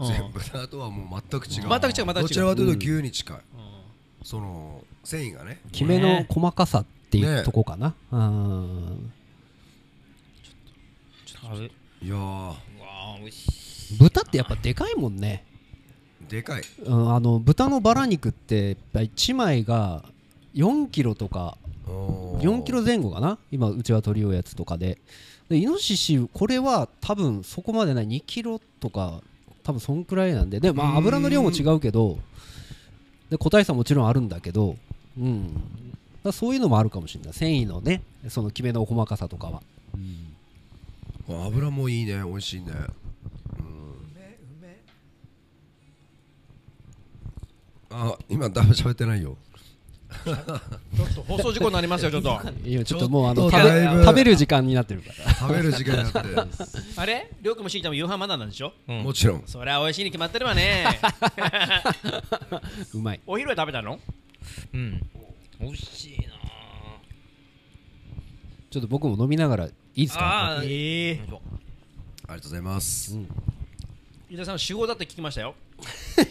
Speaker 2: 全部あとはもう全く違う
Speaker 1: 全く違う全く違う
Speaker 2: どちらかというと牛に近いその繊維がね
Speaker 4: きめの細かさっていうとこかな、うん
Speaker 5: 食べう
Speaker 2: いやー
Speaker 5: わー美味し
Speaker 4: 豚ってやっぱでかいもんね、
Speaker 2: でかい
Speaker 4: うん、あの豚のバラ肉ってやっぱ1枚が4キロとか4
Speaker 2: 4
Speaker 4: キロ前後かな今うちは鳥をやつとかででイノシシこれは多分そこまでない2キロとか多分そんくらいなんででま
Speaker 2: うーん
Speaker 4: あ油の量も違うけどで個体差もちろんあるんだけどうんだからそういうのもあるかもしれない繊維のねそのきめの細かさとかは
Speaker 2: 油もいいね美味しいねあ今だいぶ喋ってないよ
Speaker 1: ちょっと放送事故になりますよちょっと
Speaker 4: いやちょっともうあ
Speaker 2: ちょ
Speaker 4: の
Speaker 2: っと
Speaker 4: 食
Speaker 2: だ
Speaker 4: べ
Speaker 2: いぶ
Speaker 4: 食べる時間になってるから
Speaker 2: 食べる時間になって
Speaker 1: <laughs> あれりょうくんもしんちゃんも夕飯まだなんでしょ
Speaker 5: いうん
Speaker 2: もちろん
Speaker 1: そりゃ美味しいに決まってるわ <laughs> ね
Speaker 4: うまい
Speaker 1: お昼は食べたの
Speaker 5: うん美味しいな
Speaker 4: ちょっと僕も飲みながらいいですか
Speaker 5: あー
Speaker 1: ええ
Speaker 5: よいしょ
Speaker 2: ありがとうございます
Speaker 1: 伊田さん酒豪だって聞きましたよ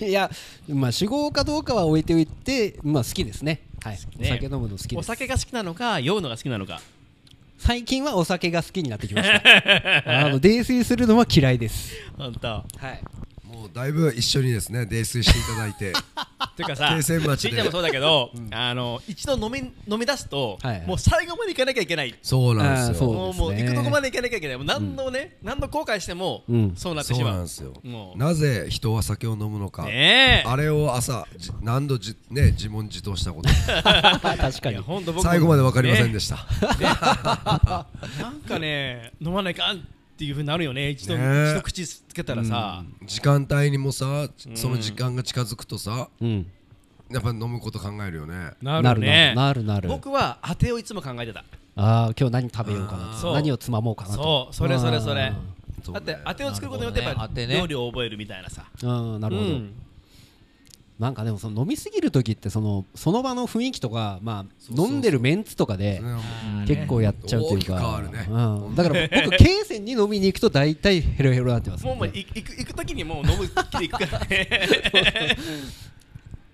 Speaker 4: いやまあ酒豪かどうかは置いておいてまあ好きですねはい
Speaker 1: ね
Speaker 4: お酒飲むの好きです
Speaker 1: お酒が好きなのか酔うのが好きなのか
Speaker 4: 最近はお酒が好きになってきましたあの泥酔するのは嫌いです
Speaker 1: 本当。
Speaker 4: はい
Speaker 2: もうだいぶ一緒にですね泥酔していただいて
Speaker 1: ていうかさ、
Speaker 2: 京成町で
Speaker 1: ちんちゃんもそうだけど、あの一度飲み飲み出すと、
Speaker 4: はいはい
Speaker 1: もう最後まで行かなきゃいけない。
Speaker 2: そうなんです
Speaker 4: あー
Speaker 2: よ
Speaker 4: そう
Speaker 1: もう
Speaker 4: です
Speaker 1: もう行
Speaker 4: ね
Speaker 1: くとこまで行かなきゃいけない。もう何のね、何の後悔しても、
Speaker 4: うん
Speaker 1: そうなって
Speaker 2: そう
Speaker 1: し
Speaker 2: な
Speaker 1: ま
Speaker 2: ん
Speaker 1: う
Speaker 2: で。すよ
Speaker 1: もう
Speaker 2: なぜ人は酒を飲むのか、
Speaker 1: ねえ。
Speaker 2: あれを朝じ何度じ、ね、自問自答したこと
Speaker 4: 確
Speaker 1: い
Speaker 4: かに
Speaker 1: や本 <laughs> 当僕も
Speaker 2: 最後まで分かりませんでした、
Speaker 1: なんかね飲まないかんっていうふうになるよね一度
Speaker 2: ねえ
Speaker 1: 一度口つけたらさ、
Speaker 2: 時間帯にもさその時間が近づくとさ
Speaker 4: うん
Speaker 2: やっぱ飲むこと考えるよね
Speaker 1: なるね
Speaker 4: なるなるなる
Speaker 1: 僕は当てをいつも考えてた
Speaker 4: ああ今日何食べようか
Speaker 1: あ
Speaker 4: な
Speaker 1: ー
Speaker 4: と何をつまもうかなと
Speaker 1: そうそれそれそれ
Speaker 2: そう
Speaker 1: だ
Speaker 2: ね
Speaker 1: って当てを作ることによってやっ
Speaker 5: な
Speaker 1: ぱ
Speaker 5: るほどね当てね
Speaker 1: 料理を覚えるみたいなさ
Speaker 4: ああな
Speaker 1: な
Speaker 4: るほど、なんかでもその飲みすぎる時ってそのその場の雰囲気とかまあ
Speaker 2: うそうそう
Speaker 4: 飲んでるメンツとかで
Speaker 2: それはもう
Speaker 4: 結構やっちゃうというか、
Speaker 2: 大きく変
Speaker 4: うん、だから僕 K 線に飲みに行くと大体ヘロヘロになってます
Speaker 1: もうもうい行く行く時にもう飲む気で行くからね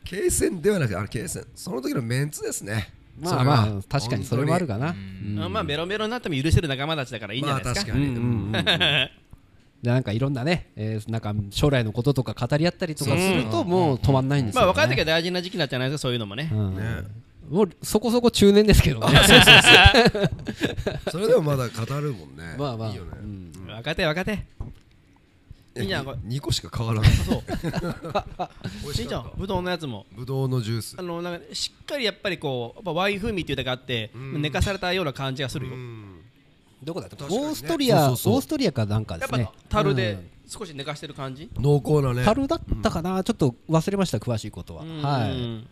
Speaker 2: 経線ではなくてあの経線その時のメンツですね
Speaker 4: まあまあ確かにそれもあるかな、
Speaker 5: 本当
Speaker 4: うん
Speaker 1: <laughs> まあベロベロになっても許せる仲間たちだからいいんじゃないですか,、
Speaker 2: まあ確かに、
Speaker 4: うんうんうんでなんかいろんなね、えーなんか将来のこととか語り合ったりとかするともう止まんないんです
Speaker 1: まあ
Speaker 4: よ、ね、
Speaker 1: 若い時は大事な時期なんじゃないですかそういうのもね、
Speaker 4: うん
Speaker 2: ね
Speaker 4: もうそこそこ中年ですけどね
Speaker 2: それでもまだ語るもんね
Speaker 4: まあまあ
Speaker 2: いいよね、
Speaker 4: うん
Speaker 1: 若手若手
Speaker 2: え
Speaker 1: いいじゃんこれ
Speaker 2: に2個しか変わらない
Speaker 1: そう
Speaker 2: 美味
Speaker 1: し
Speaker 2: し
Speaker 1: んちゃ
Speaker 2: かっ
Speaker 1: ん
Speaker 2: た
Speaker 1: ぶどうのやつも
Speaker 2: ぶどうのジュース
Speaker 1: あのなんかしっかりやっぱりこうやっぱワイン風味っていうだけあって、
Speaker 2: うん
Speaker 1: 寝かされたような感じがするよ、
Speaker 2: うん
Speaker 4: どこだった
Speaker 2: 確かにね
Speaker 4: オーストリ
Speaker 2: そう
Speaker 4: ア
Speaker 2: そうそう
Speaker 4: オーストリアかなんかで
Speaker 1: やっ
Speaker 4: す
Speaker 1: ぱ
Speaker 4: ね
Speaker 1: 樽
Speaker 4: う
Speaker 1: で
Speaker 4: ん
Speaker 1: 少し寝かしてる感じ、
Speaker 2: 濃厚なね
Speaker 4: 樽だったかな、ちょっと忘れました詳しいことは、
Speaker 1: うん
Speaker 4: はい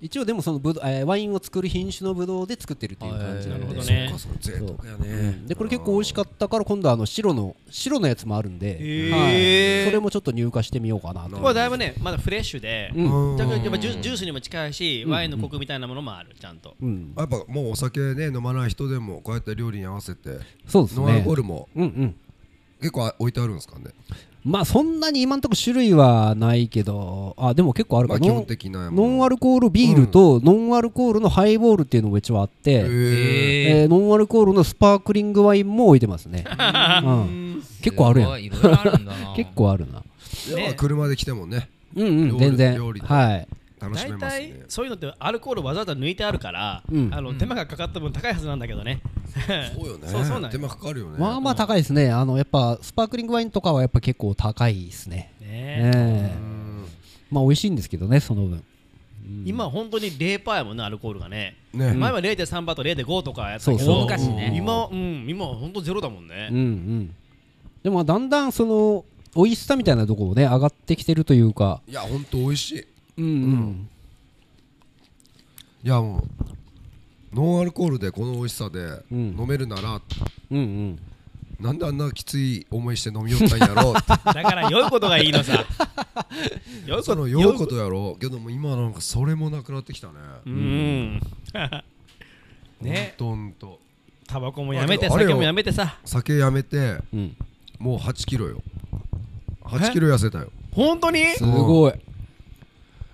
Speaker 4: 一応でもそのぶどう、えーワインを作る品種のブドウで作ってるっていう感じなの
Speaker 1: なるほ
Speaker 4: で、
Speaker 1: どね
Speaker 2: そうかそうか贅沢や
Speaker 4: う
Speaker 2: ね
Speaker 4: んでこれ結構美味しかったから今度はあの白の白のやつもあるんで、
Speaker 1: へー
Speaker 4: はい、それもちょっと入荷してみようかな
Speaker 1: ことこはだいぶねまだフレッシュで、
Speaker 4: うん
Speaker 2: うん
Speaker 1: だからやっ
Speaker 2: や
Speaker 1: ぱジュジュースにも近いし、ワインのコクみたいなものもあるちゃんと、
Speaker 4: うん、
Speaker 2: っぱもうお酒ね飲まない人でもこうやって料理に合わせて
Speaker 4: そうです
Speaker 2: ノンアル
Speaker 4: ね
Speaker 2: コールも
Speaker 4: うんうん
Speaker 2: 結構置いてあるんですかね
Speaker 4: まあそんなに今んとこ種類はないけどあでも結構ある
Speaker 2: ま
Speaker 4: か
Speaker 2: あ
Speaker 4: な、
Speaker 2: 基本的な
Speaker 4: ノンノンア
Speaker 2: ル
Speaker 4: ルコールビールとノンアルコールのハイボールっていうのも一応あって、
Speaker 2: へえ
Speaker 5: え
Speaker 4: えーノンアルコールのスパークリングワインも置いてますね、うん、結構あるやん
Speaker 5: いろいろあるんだな
Speaker 4: <laughs> 結構あるな
Speaker 1: ね
Speaker 2: まあ車で来てもね
Speaker 4: うんうん
Speaker 2: 料理
Speaker 4: 全然
Speaker 2: 料理で
Speaker 4: はい
Speaker 2: 楽し
Speaker 1: 大
Speaker 2: めますね
Speaker 1: 体そういうのってアルコールわざわざ抜いてあるから、
Speaker 4: うん
Speaker 1: あの手間がかかった分高いはずなんだけどね
Speaker 2: そうよね
Speaker 1: そうそうなんよ
Speaker 2: 手間かかるよね
Speaker 4: まあまあ高いですねあのやっぱスパークリングワインとかはやっぱ結構高いですね
Speaker 1: ね
Speaker 4: ええ
Speaker 2: うん
Speaker 4: まあ美味しいんですけどねその分
Speaker 1: 今本当に0%やもんねアルコールがね、
Speaker 2: ね
Speaker 1: 前は0.3%と0.5とかやったけど
Speaker 4: そうそう
Speaker 5: 大昔ね
Speaker 1: 今うん今は本当ゼロだもんね、
Speaker 4: うんうんでもだんだんその美味しさみたいなところね上がってきてるというか
Speaker 2: いやほんと美味しい
Speaker 4: うんうん
Speaker 2: いやもうノンアルコールでこの美味しさで
Speaker 4: うん
Speaker 2: 飲めるなら
Speaker 4: うんうん
Speaker 2: なんであんなきつい思いして飲みよったんやろうって
Speaker 1: だか
Speaker 4: <laughs>
Speaker 1: ら良いことがいいの
Speaker 2: <laughs>
Speaker 1: さ良い
Speaker 2: その酔うことやろうけども今なんかそれもなくなってきたね
Speaker 1: うん <laughs> ね
Speaker 2: ほんとほんと
Speaker 1: タバコもやめて
Speaker 2: あれよ
Speaker 1: 酒もやめてさ
Speaker 2: 酒やめて
Speaker 4: うん
Speaker 2: もう8キロよ8キロ痩せたよ
Speaker 1: 本当に
Speaker 4: すごい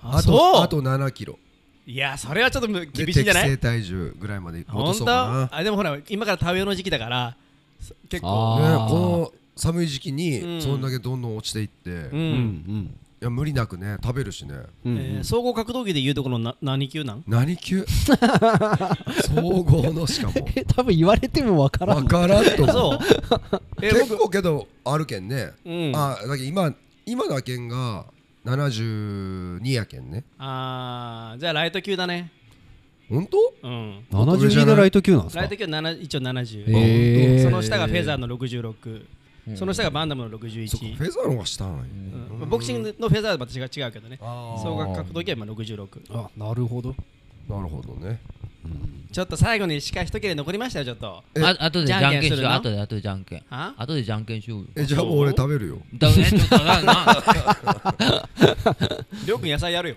Speaker 1: あ
Speaker 2: あ
Speaker 1: そう
Speaker 2: とあと7キロ
Speaker 1: いやそれはちょっとむ
Speaker 2: で
Speaker 1: 厳しいんじゃな
Speaker 2: 適正
Speaker 1: い
Speaker 2: 体重ぐらいまで落と
Speaker 1: 本
Speaker 2: そ
Speaker 1: 当
Speaker 2: うか
Speaker 1: あでもほら今から食べようの時期だからそ結構
Speaker 4: あ
Speaker 2: な
Speaker 4: ー
Speaker 2: ねこの寒い時期
Speaker 1: う
Speaker 2: に
Speaker 1: ん
Speaker 2: そんだけどんどん落ちていって、
Speaker 1: う
Speaker 2: い
Speaker 4: うんん
Speaker 2: や無理なくね食べるしね
Speaker 4: うんうん
Speaker 1: えー総合格闘技でいうところのな何級なん
Speaker 2: 何級総合のしかも
Speaker 4: え多分言われてもわから
Speaker 2: わ
Speaker 4: ん
Speaker 2: からんと思う <laughs>
Speaker 1: そうえ
Speaker 2: 結構けどあるけんね、
Speaker 1: うん
Speaker 2: あだけど今今だけんが72やけんね
Speaker 1: あーじゃあライト級だね
Speaker 2: ほんと
Speaker 1: うん
Speaker 4: 72のライト級なんです
Speaker 1: ラ
Speaker 4: か
Speaker 1: イト級は7一応70、
Speaker 4: へー
Speaker 1: その下がフェザーの66、その下がバンダムの
Speaker 2: そっか
Speaker 1: 61
Speaker 2: フェザーの方が下なんや、
Speaker 1: うんボクシングのフェザーはまた違う違うけどね
Speaker 2: あー
Speaker 1: 総額格闘技は今66
Speaker 4: あなるほど
Speaker 2: なるほどね
Speaker 1: ちょっと最後に司会一切れ残りましたよちょっと
Speaker 2: え
Speaker 5: あ後でじゃんけん
Speaker 1: じゃんけんす
Speaker 5: し
Speaker 1: る
Speaker 5: よう
Speaker 1: の
Speaker 5: 後で後でじゃんけん
Speaker 1: あ
Speaker 5: 後でじゃんけんしようよ
Speaker 2: えじゃあもう俺食べるよ
Speaker 5: だねちょっとなな
Speaker 1: りょうくん野菜やるよ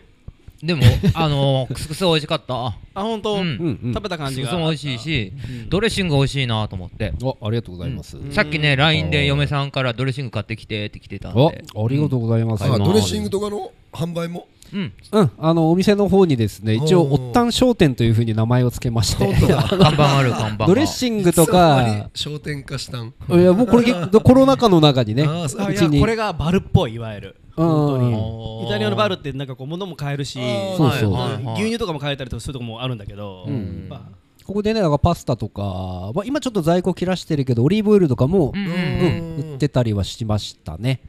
Speaker 5: でもあのークスクス美味しかった
Speaker 1: あ本当、
Speaker 5: うん
Speaker 4: うんうん
Speaker 1: 食べた
Speaker 5: ク
Speaker 1: 感
Speaker 5: ス
Speaker 1: じ
Speaker 5: ク
Speaker 1: が
Speaker 5: スも美味しいし
Speaker 1: うん
Speaker 5: ドレッシング美味しいなと思って
Speaker 4: あありがとうございます
Speaker 1: ん
Speaker 5: さっきね LINE で嫁さんからドレッシング買ってきてって来てたん
Speaker 4: あ
Speaker 5: で
Speaker 4: ありがとうございます
Speaker 2: あドレッシングとかの販売も
Speaker 4: <laughs>
Speaker 5: うん
Speaker 4: うん、あのお店の方にですね一応
Speaker 2: おー
Speaker 4: おったん商店というふうに名前をつけまして
Speaker 2: 本当だ
Speaker 5: 看板ある看板が
Speaker 4: <laughs> ドレッシングと
Speaker 2: いつの間
Speaker 4: か
Speaker 2: に商店化したん
Speaker 4: いやもうこれ結構コロナ禍の中にね
Speaker 2: あーそう
Speaker 4: う
Speaker 2: あ
Speaker 1: い
Speaker 4: ち
Speaker 1: や
Speaker 4: に
Speaker 1: これがバルっぽいいわゆる
Speaker 4: うん
Speaker 5: おー
Speaker 1: イタリアのバルってなんかこう物も買えるし
Speaker 2: あー
Speaker 4: そうそう
Speaker 5: はいはいはい
Speaker 1: 牛乳とかも買えたりとかするとこもあるんだけど、
Speaker 4: うん
Speaker 1: まあ
Speaker 4: ここでねだからパスタとか、まあ、今ちょっと在庫切らしてるけどオリーブオイルとかも、
Speaker 5: うんうん
Speaker 4: うん売ってたりはしましたね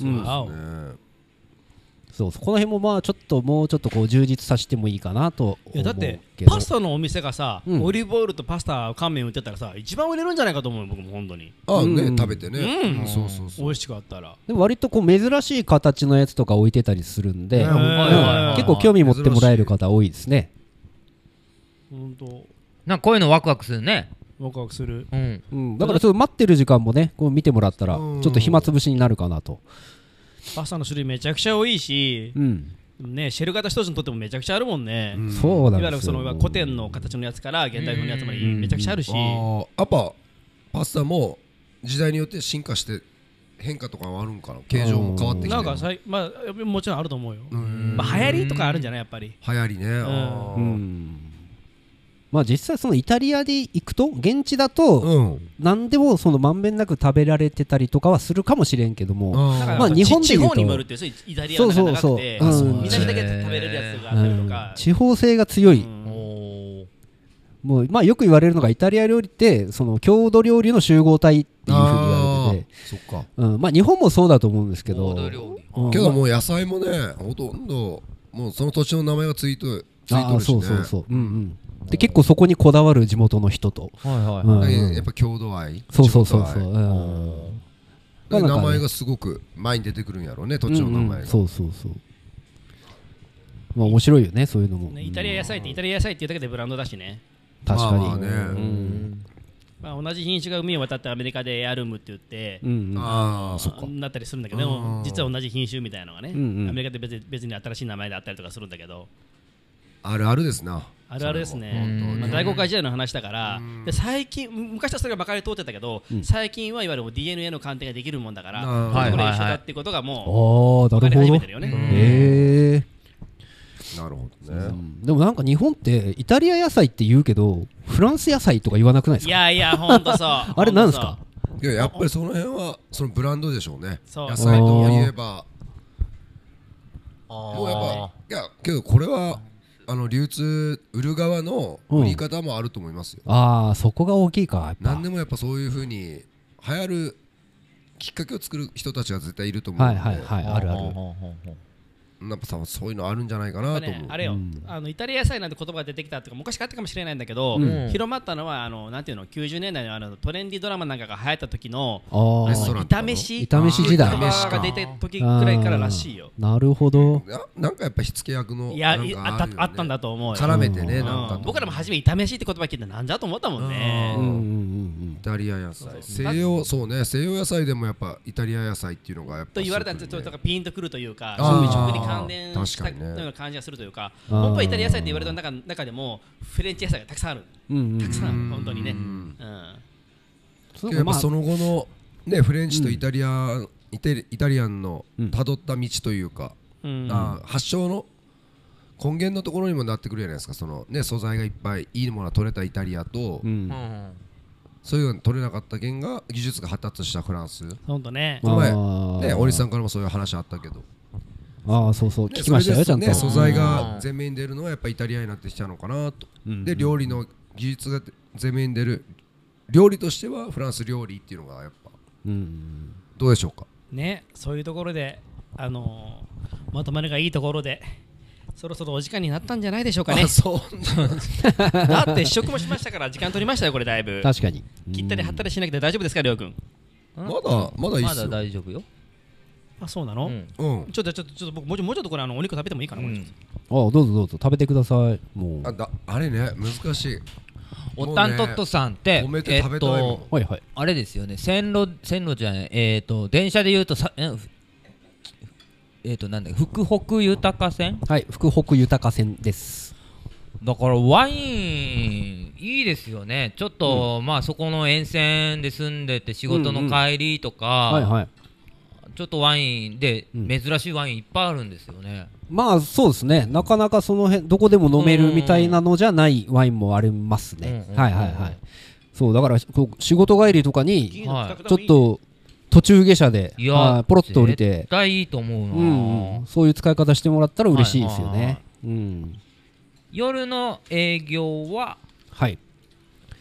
Speaker 4: うん
Speaker 1: わお
Speaker 2: ね
Speaker 4: そうそうこの辺もまあちょっともうちょっとこう充実させてもいいかなと
Speaker 1: い
Speaker 4: 思
Speaker 1: や
Speaker 4: う
Speaker 1: だって
Speaker 4: けど
Speaker 1: パスタのお店がさ、
Speaker 4: うん
Speaker 1: オリーブオイルとパスタ乾麺売ってたらさ一番売れるんじゃないかと思うよ僕も本当に
Speaker 2: あね
Speaker 4: うん
Speaker 2: 食べてね
Speaker 1: うん
Speaker 2: そうそう
Speaker 1: 美
Speaker 2: そう
Speaker 1: 味しくあったら
Speaker 4: でも割とこう珍しい形のやつとか置いてたりするんで、
Speaker 2: ね
Speaker 4: うん
Speaker 5: はいはいはい
Speaker 4: 結構興味持ってもらえる方多いですね
Speaker 1: 本当
Speaker 5: なんかこういうのワクワクするね
Speaker 1: ワクワクする
Speaker 5: うん
Speaker 4: うんだからちょっと待ってる時間もねこう見てもらったらち
Speaker 2: う
Speaker 4: ょ
Speaker 2: ん
Speaker 4: っと暇つぶしになるかなと
Speaker 1: パスタの種類めちゃくちゃ多いし
Speaker 4: うん
Speaker 1: ねシェル型一つにとってもめちゃくちゃあるもんね、
Speaker 2: うん
Speaker 4: そうない
Speaker 1: わゆる
Speaker 4: んです
Speaker 1: そ
Speaker 4: よ
Speaker 1: の古典の形のやつから現代風のやつまでめちゃくちゃあるし、
Speaker 2: あーやっぱパスタも時代によって進化して変化とかはあるんかな形状も変わってきて
Speaker 1: なんかさいまあもちろんあると思うよ、
Speaker 2: うん
Speaker 1: まあ、流行りとかあるんじゃないやっぱり
Speaker 2: 流行りねあー
Speaker 4: うんまあ実際そのイタリアで行くと現地だと
Speaker 2: うん
Speaker 4: 何でもそのまんべんなく食べられてたりとかはするかもしれんけども、
Speaker 1: だから
Speaker 2: あ
Speaker 4: まあ
Speaker 1: やっぱ
Speaker 4: 日本で
Speaker 1: 地
Speaker 4: 言うと
Speaker 1: 方にもよるってそうイタリアの中長くて
Speaker 4: そうそうそううん
Speaker 1: 南だけで食べれるやつがあったりとか
Speaker 4: うん、地方性が強い、
Speaker 1: うん
Speaker 5: おー
Speaker 4: もうまあ、よく言われるのがイタリア料理ってその郷土料理の集合体っていうふうに言われてて、
Speaker 2: そっか
Speaker 4: うんまあ、日本もそうだと思うんですけ
Speaker 5: 郷
Speaker 4: ど
Speaker 5: 土料理
Speaker 4: うん
Speaker 2: けどもう野菜もねほとんどもうその土地の名前がついとつい
Speaker 4: あ
Speaker 2: と
Speaker 4: あ
Speaker 2: るし
Speaker 4: そ
Speaker 2: ね
Speaker 4: うそうそう、うんうん、で結構そこにこだわる地元の人と、
Speaker 5: はいは
Speaker 4: うん
Speaker 2: だから
Speaker 4: うん
Speaker 2: やっぱ郷土愛
Speaker 4: そうそうそうそう、
Speaker 2: 地元
Speaker 4: うん
Speaker 2: 愛
Speaker 4: ま
Speaker 2: 名
Speaker 4: あなんかね
Speaker 2: 前がすごく前に出てくるんやろうね土地の名
Speaker 4: うん
Speaker 2: 前
Speaker 4: うん
Speaker 2: が
Speaker 4: そうそうそうまあ面白いよねそういうのも、
Speaker 1: ねイタリア野菜ってイタリア野菜っていうだけでブランドだしね、
Speaker 4: 確かに、
Speaker 2: まあまあね
Speaker 4: うん
Speaker 1: まあ、同じ品種が海を渡ってアメリカでヤルムって言って
Speaker 4: う、んうん
Speaker 2: ああそっか
Speaker 1: なったりするんだけどでも
Speaker 2: うん
Speaker 1: 実は同じ品種みたいなのがね、
Speaker 4: うんうん
Speaker 1: アメリカで別に別に新しい名前であったりとかするんだけど
Speaker 2: あるあるですな
Speaker 1: あるあるですね
Speaker 5: それも本当に
Speaker 1: まあ、大航海時代の話だからで最近昔はそれがばかり通ってたけど、最近はいわゆるもう DNA の鑑定ができるもんだから
Speaker 2: うん
Speaker 1: そういうところ
Speaker 5: はい
Speaker 1: で
Speaker 5: はいはい
Speaker 1: 一緒だっていうことがもう
Speaker 4: ああな
Speaker 1: 分かり始
Speaker 4: るほ
Speaker 1: め
Speaker 4: ど
Speaker 1: てるよね、
Speaker 4: へえ
Speaker 2: なるほどね
Speaker 4: でもなんか日本ってイタリア野菜って言うけどフランス野菜とか言わなくない
Speaker 1: い
Speaker 4: ですか
Speaker 1: やいやほんとそうあ
Speaker 4: <laughs> あれなんですか
Speaker 2: いややっぱりその辺はそのブランドでしょうね
Speaker 1: そう
Speaker 2: 野菜といえばもうやっ
Speaker 5: あ
Speaker 2: ぱいやけどこれはあの流通売る側の売り方もあると思いますよ
Speaker 4: ああそこが大きいかやっぱ
Speaker 2: 何でもやっぱそういうふうに流行るきっかけを作る人たちが絶対いると思う
Speaker 4: は
Speaker 2: の
Speaker 4: い
Speaker 2: で
Speaker 4: はいは
Speaker 5: ー
Speaker 4: いあるある
Speaker 5: ほうほうほうほう
Speaker 2: やっぱさそういうのあるんじゃないかなと思
Speaker 1: ね
Speaker 2: う、
Speaker 1: あれよ、
Speaker 4: うん
Speaker 1: あのイタリア野菜なんて言葉が出てきたとか昔からあったかもしれないんだけど、
Speaker 5: うん
Speaker 1: 広まったのはあのなんていうの90年代のあのトレンディドラマなんかが流行った時の
Speaker 4: あー
Speaker 2: レストランと
Speaker 1: 炒
Speaker 2: かの
Speaker 1: めし
Speaker 4: 炒めし時代
Speaker 1: 言葉が出て時くらいかららしいよ
Speaker 4: あーなるほど
Speaker 2: ななんかやっぱ火付け役の
Speaker 1: いや
Speaker 2: なん
Speaker 1: い
Speaker 2: か
Speaker 1: あ
Speaker 2: あ
Speaker 1: った
Speaker 2: るよね
Speaker 1: あったんだと思うよ
Speaker 2: 絡めてね
Speaker 1: うん
Speaker 2: なんかと
Speaker 1: 僕らも初め炒めしって言葉聞いてなんじゃと思ったもんね
Speaker 4: うんうんうん
Speaker 2: イタリア野菜西洋そうね西洋野菜でもやっぱイタリア野菜っていうのがやっぱ
Speaker 1: と言われたらち
Speaker 2: す
Speaker 1: ょっ
Speaker 2: ごくね
Speaker 1: とピンとくるというか
Speaker 2: あー
Speaker 1: そういう食に関連した
Speaker 2: 確
Speaker 1: よ
Speaker 2: かにね
Speaker 1: うな感じがするというか
Speaker 4: あー
Speaker 1: 本当はイタリア野菜って言われた中中でもフレンチ野菜がたくさんある
Speaker 4: うんうんう
Speaker 1: た
Speaker 4: ん
Speaker 1: くさんある本当にね
Speaker 2: う
Speaker 1: うんん
Speaker 4: そう
Speaker 2: けどやっ
Speaker 4: ま
Speaker 2: ぱ
Speaker 4: あ
Speaker 2: その後のねフレンチとイタリア、イテイタリアンの
Speaker 4: うん
Speaker 2: 辿った道というか、
Speaker 1: うん
Speaker 2: あー発祥の根源のところにもなってくるじゃないですかそのね素材がいっぱいいいものが取れたイタリアと、
Speaker 5: う
Speaker 4: うん
Speaker 5: ん
Speaker 2: そういうのが取れなかった県が技術が発達したフランスね
Speaker 1: 本当ね
Speaker 2: この前
Speaker 4: あー
Speaker 2: 堀さんからもそういう話あったけど、ね、
Speaker 4: ああそうそう聞きましたよち
Speaker 2: そ
Speaker 4: ゃ
Speaker 2: れ
Speaker 4: ん
Speaker 2: で
Speaker 4: と
Speaker 2: ね素材が前面に出るのはやっぱイタリアになってきたのかなと、で料理の技術が前面に出る料理としてはフランス料理っていうのがやっぱ
Speaker 4: うん
Speaker 2: どうでしょうか
Speaker 1: ねそういうところであのーまとまりがいいところでそろそろお時間になったんじゃないでしょうかね
Speaker 2: あそんな
Speaker 1: だって試食もしましたから時間取りましたよこれだいぶ
Speaker 4: 確かに
Speaker 1: 切ったり貼ったりしなくて大丈夫ですかりょうくん
Speaker 2: まだまだいいっ
Speaker 5: ますだ
Speaker 2: よ。
Speaker 5: 大丈夫よ
Speaker 1: あそうな
Speaker 5: う
Speaker 1: の、
Speaker 5: ん
Speaker 2: うん。
Speaker 1: ちょっとちょっとちょっと僕もうちょもうちょっとこれあのお肉食べてもいいかな、
Speaker 5: う
Speaker 1: これ
Speaker 5: ん
Speaker 4: ああどうぞどうぞ食べてくださいもう
Speaker 2: あだあれね難しい。
Speaker 5: おたんとっとさんって
Speaker 2: もうね米って食べたいもん
Speaker 5: えっと
Speaker 4: はいはい
Speaker 5: あれですよね線路線路じゃないえっ、と電車で言うとさえふえっ、となんだ福北豊か線
Speaker 4: はい福北豊線です
Speaker 5: だからワインいいですよねちょっと、まあそこの沿線で住んでて仕事の帰りとか、
Speaker 4: はいはい
Speaker 5: ちょっとワインで
Speaker 3: うん
Speaker 5: 珍しいワインいっぱいあるんですよね、
Speaker 4: まあそうですねなかなかその辺どこでも飲めるみたいなのじゃないワインもありますね、
Speaker 5: うんうん
Speaker 4: はいはいはいそうだからこう仕事帰りとかに
Speaker 5: はい
Speaker 4: ちょっと途中下車で
Speaker 5: いや
Speaker 4: はいポロッと降りて
Speaker 5: 絶対いいと思うな、
Speaker 4: うんうん、そういう使い方してもらったら嬉しいですよ
Speaker 5: はいはいはい
Speaker 4: ね。うん
Speaker 5: 夜の営業は
Speaker 4: はい。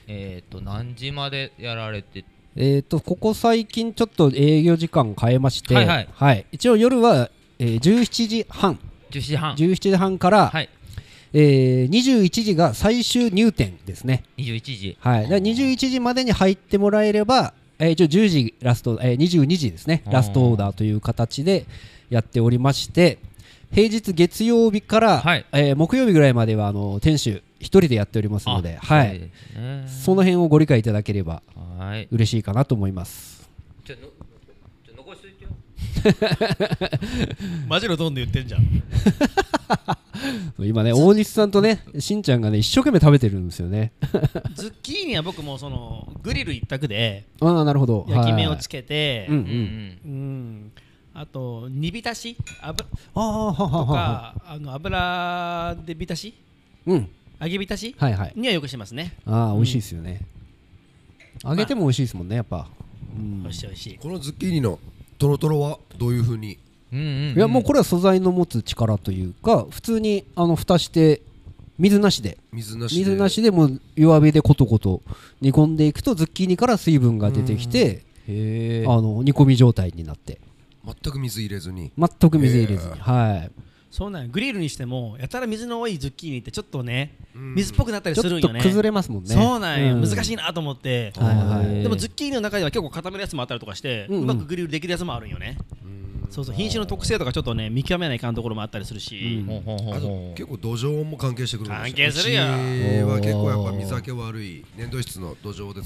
Speaker 5: えっ、と何時までやられて
Speaker 4: えっ、とここ最近ちょっと営業時間変えまして、
Speaker 5: はいはい
Speaker 4: 一応夜は、えー、17時半、
Speaker 5: 10時半
Speaker 4: 17時半から、
Speaker 5: はい
Speaker 4: えー、21時が最終入店ですね。
Speaker 5: 21時
Speaker 4: はい。だから21時までに入ってもらえれば、えー、一応10時ラスト、えー、22時ですね
Speaker 5: あー
Speaker 4: ラストオーダーという形でやっておりまして。平日月曜日から、
Speaker 5: はい
Speaker 4: えー木曜日ぐらいまではあの店主一人でやっておりますので、は
Speaker 5: そう
Speaker 4: い、
Speaker 5: ですね
Speaker 4: その辺をご理解いただければ
Speaker 5: はい
Speaker 4: 嬉しいかなと思います。
Speaker 5: じゃあのじゃあ残しといてよ
Speaker 1: マジのドンで言ってんじゃん
Speaker 4: 今ね、大西さんとね、しんちゃんがね、一生懸命食べてるんですよね。
Speaker 1: ズッキーニは僕もそのグリル一択で
Speaker 4: ああ、なるほど。
Speaker 1: 焼き目
Speaker 4: は
Speaker 1: を
Speaker 4: い
Speaker 1: つけて、
Speaker 4: うんう
Speaker 5: うん
Speaker 4: ん。
Speaker 1: うんあと煮浸し油
Speaker 4: ああ、はは
Speaker 1: と
Speaker 4: はは。
Speaker 1: かあの油で浸し
Speaker 4: うん。
Speaker 1: 揚げ浸し
Speaker 4: はいはい。
Speaker 1: にはよくしますね、
Speaker 4: ああ、美味しいですよね。揚げても美味しいですもんね、やっぱ。うん
Speaker 1: 美味しい美味しい
Speaker 2: このズッキーニのトロトロはどういうふうに
Speaker 5: うんうん
Speaker 4: いや、もうこれは素材の持つ力というか、普通にあの蓋して水なしで。
Speaker 2: 水なしで
Speaker 4: 水なしでもう弱火でコトコト煮込んでいくとズッキーニから水分が出てきてあの煮込み状態になって
Speaker 2: 全く水入れずに
Speaker 4: 全く水入れずに、
Speaker 2: へえ
Speaker 4: はい
Speaker 1: そうなんよグリルにしてもやたら水の多いズッキーニってちょっとね
Speaker 2: うん
Speaker 1: 水っぽくなったり
Speaker 4: ち
Speaker 1: す
Speaker 4: ょ
Speaker 1: るん
Speaker 4: っと
Speaker 1: よね
Speaker 4: 崩れますもんね
Speaker 1: そうなんよ、難
Speaker 4: い
Speaker 1: しいなと思って、
Speaker 4: はいはい
Speaker 1: でもズッキーニの中では結構固めるやつもあったりとかして、う
Speaker 4: うんうん
Speaker 1: まくグリルできるやつもあるんよね、
Speaker 2: うん
Speaker 1: そうそう品種の特性とかちょっとね見極めないかんところもあったりするし、
Speaker 5: ほうほうほう
Speaker 2: あと
Speaker 5: ほう
Speaker 2: 結構土壌も関係してくるんですよ
Speaker 1: 関係するよ
Speaker 2: うちは結構やっぱ水はけ悪い粘土質の土壌で作る条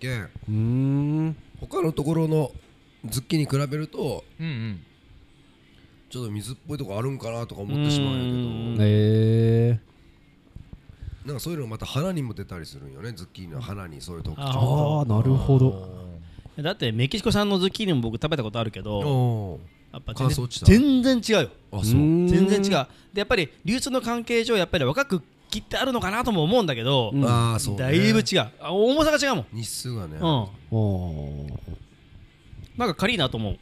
Speaker 2: 件、
Speaker 4: うーん
Speaker 2: 他のところのズッキーニ比べると
Speaker 5: うんうん
Speaker 2: ちょっと水っぽいとこあるんかなとか思ってしまうんやけ
Speaker 4: え
Speaker 2: どなんかそういうのまた花にも出たりするんよねズッキーニの花にそういう特
Speaker 1: あ
Speaker 2: 徴
Speaker 4: ああなるほど
Speaker 1: だってメキシコ産のズッキーニも僕食べたことあるけど
Speaker 2: お
Speaker 1: やっぱ
Speaker 2: 乾
Speaker 1: 全
Speaker 2: 燥地帯
Speaker 1: 然全然違うよ
Speaker 2: ーあそう
Speaker 1: 全然違うでやっぱり流通の関係上やっぱり若く切ってあるのかなとも思うんだけど、
Speaker 4: うん
Speaker 2: ああそう、ね、
Speaker 1: だいぶ違うあ重さが違うもん、
Speaker 2: 日数がね、
Speaker 1: うん、
Speaker 4: おー
Speaker 1: なんか軽いなと思う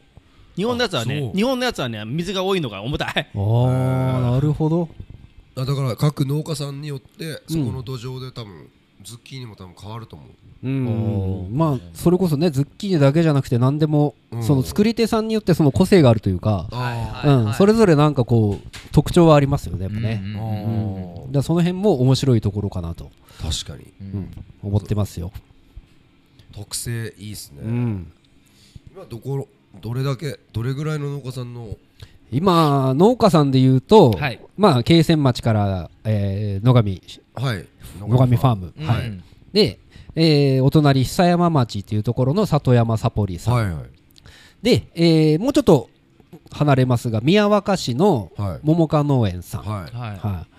Speaker 1: 日本のやつは
Speaker 2: あそ
Speaker 1: ね
Speaker 2: う
Speaker 1: 日本のやつはね水が多いのが重たい <laughs>
Speaker 4: あ
Speaker 2: へ
Speaker 4: あ
Speaker 2: ー
Speaker 4: なるほど
Speaker 2: あだから各農家さんによってそ
Speaker 4: うん
Speaker 2: この土壌で多分、ズッキーニも多分変わると思う
Speaker 4: うんまあそれこそねズッキーニだけじゃなくて何でも
Speaker 2: うん
Speaker 4: その作り手さんによってその個性があるというか
Speaker 2: あ
Speaker 5: はいはい
Speaker 4: うんそれぞれなんかこう特徴はありますよねやっぱ
Speaker 5: う
Speaker 4: ね
Speaker 5: ん
Speaker 2: あ、
Speaker 5: うんうん
Speaker 4: だからその辺も面白いところかなと
Speaker 2: 確かに
Speaker 4: うん思ってますよ
Speaker 2: 特性いいっすね、
Speaker 4: うん
Speaker 2: 今どこどれだけどれぐらいの農家さんの
Speaker 4: 今農家さんで言うと
Speaker 5: はい
Speaker 4: まあ恵泉町からえー野上
Speaker 2: はい
Speaker 4: 野上ファーム
Speaker 5: うん
Speaker 4: はいで、えーお隣久山町っていうところの里山サポリさん、
Speaker 2: はいはい
Speaker 4: で、えーもうちょっと離れますが宮若市の
Speaker 2: はい
Speaker 4: 桃花農園さん、はい
Speaker 2: はい
Speaker 5: はい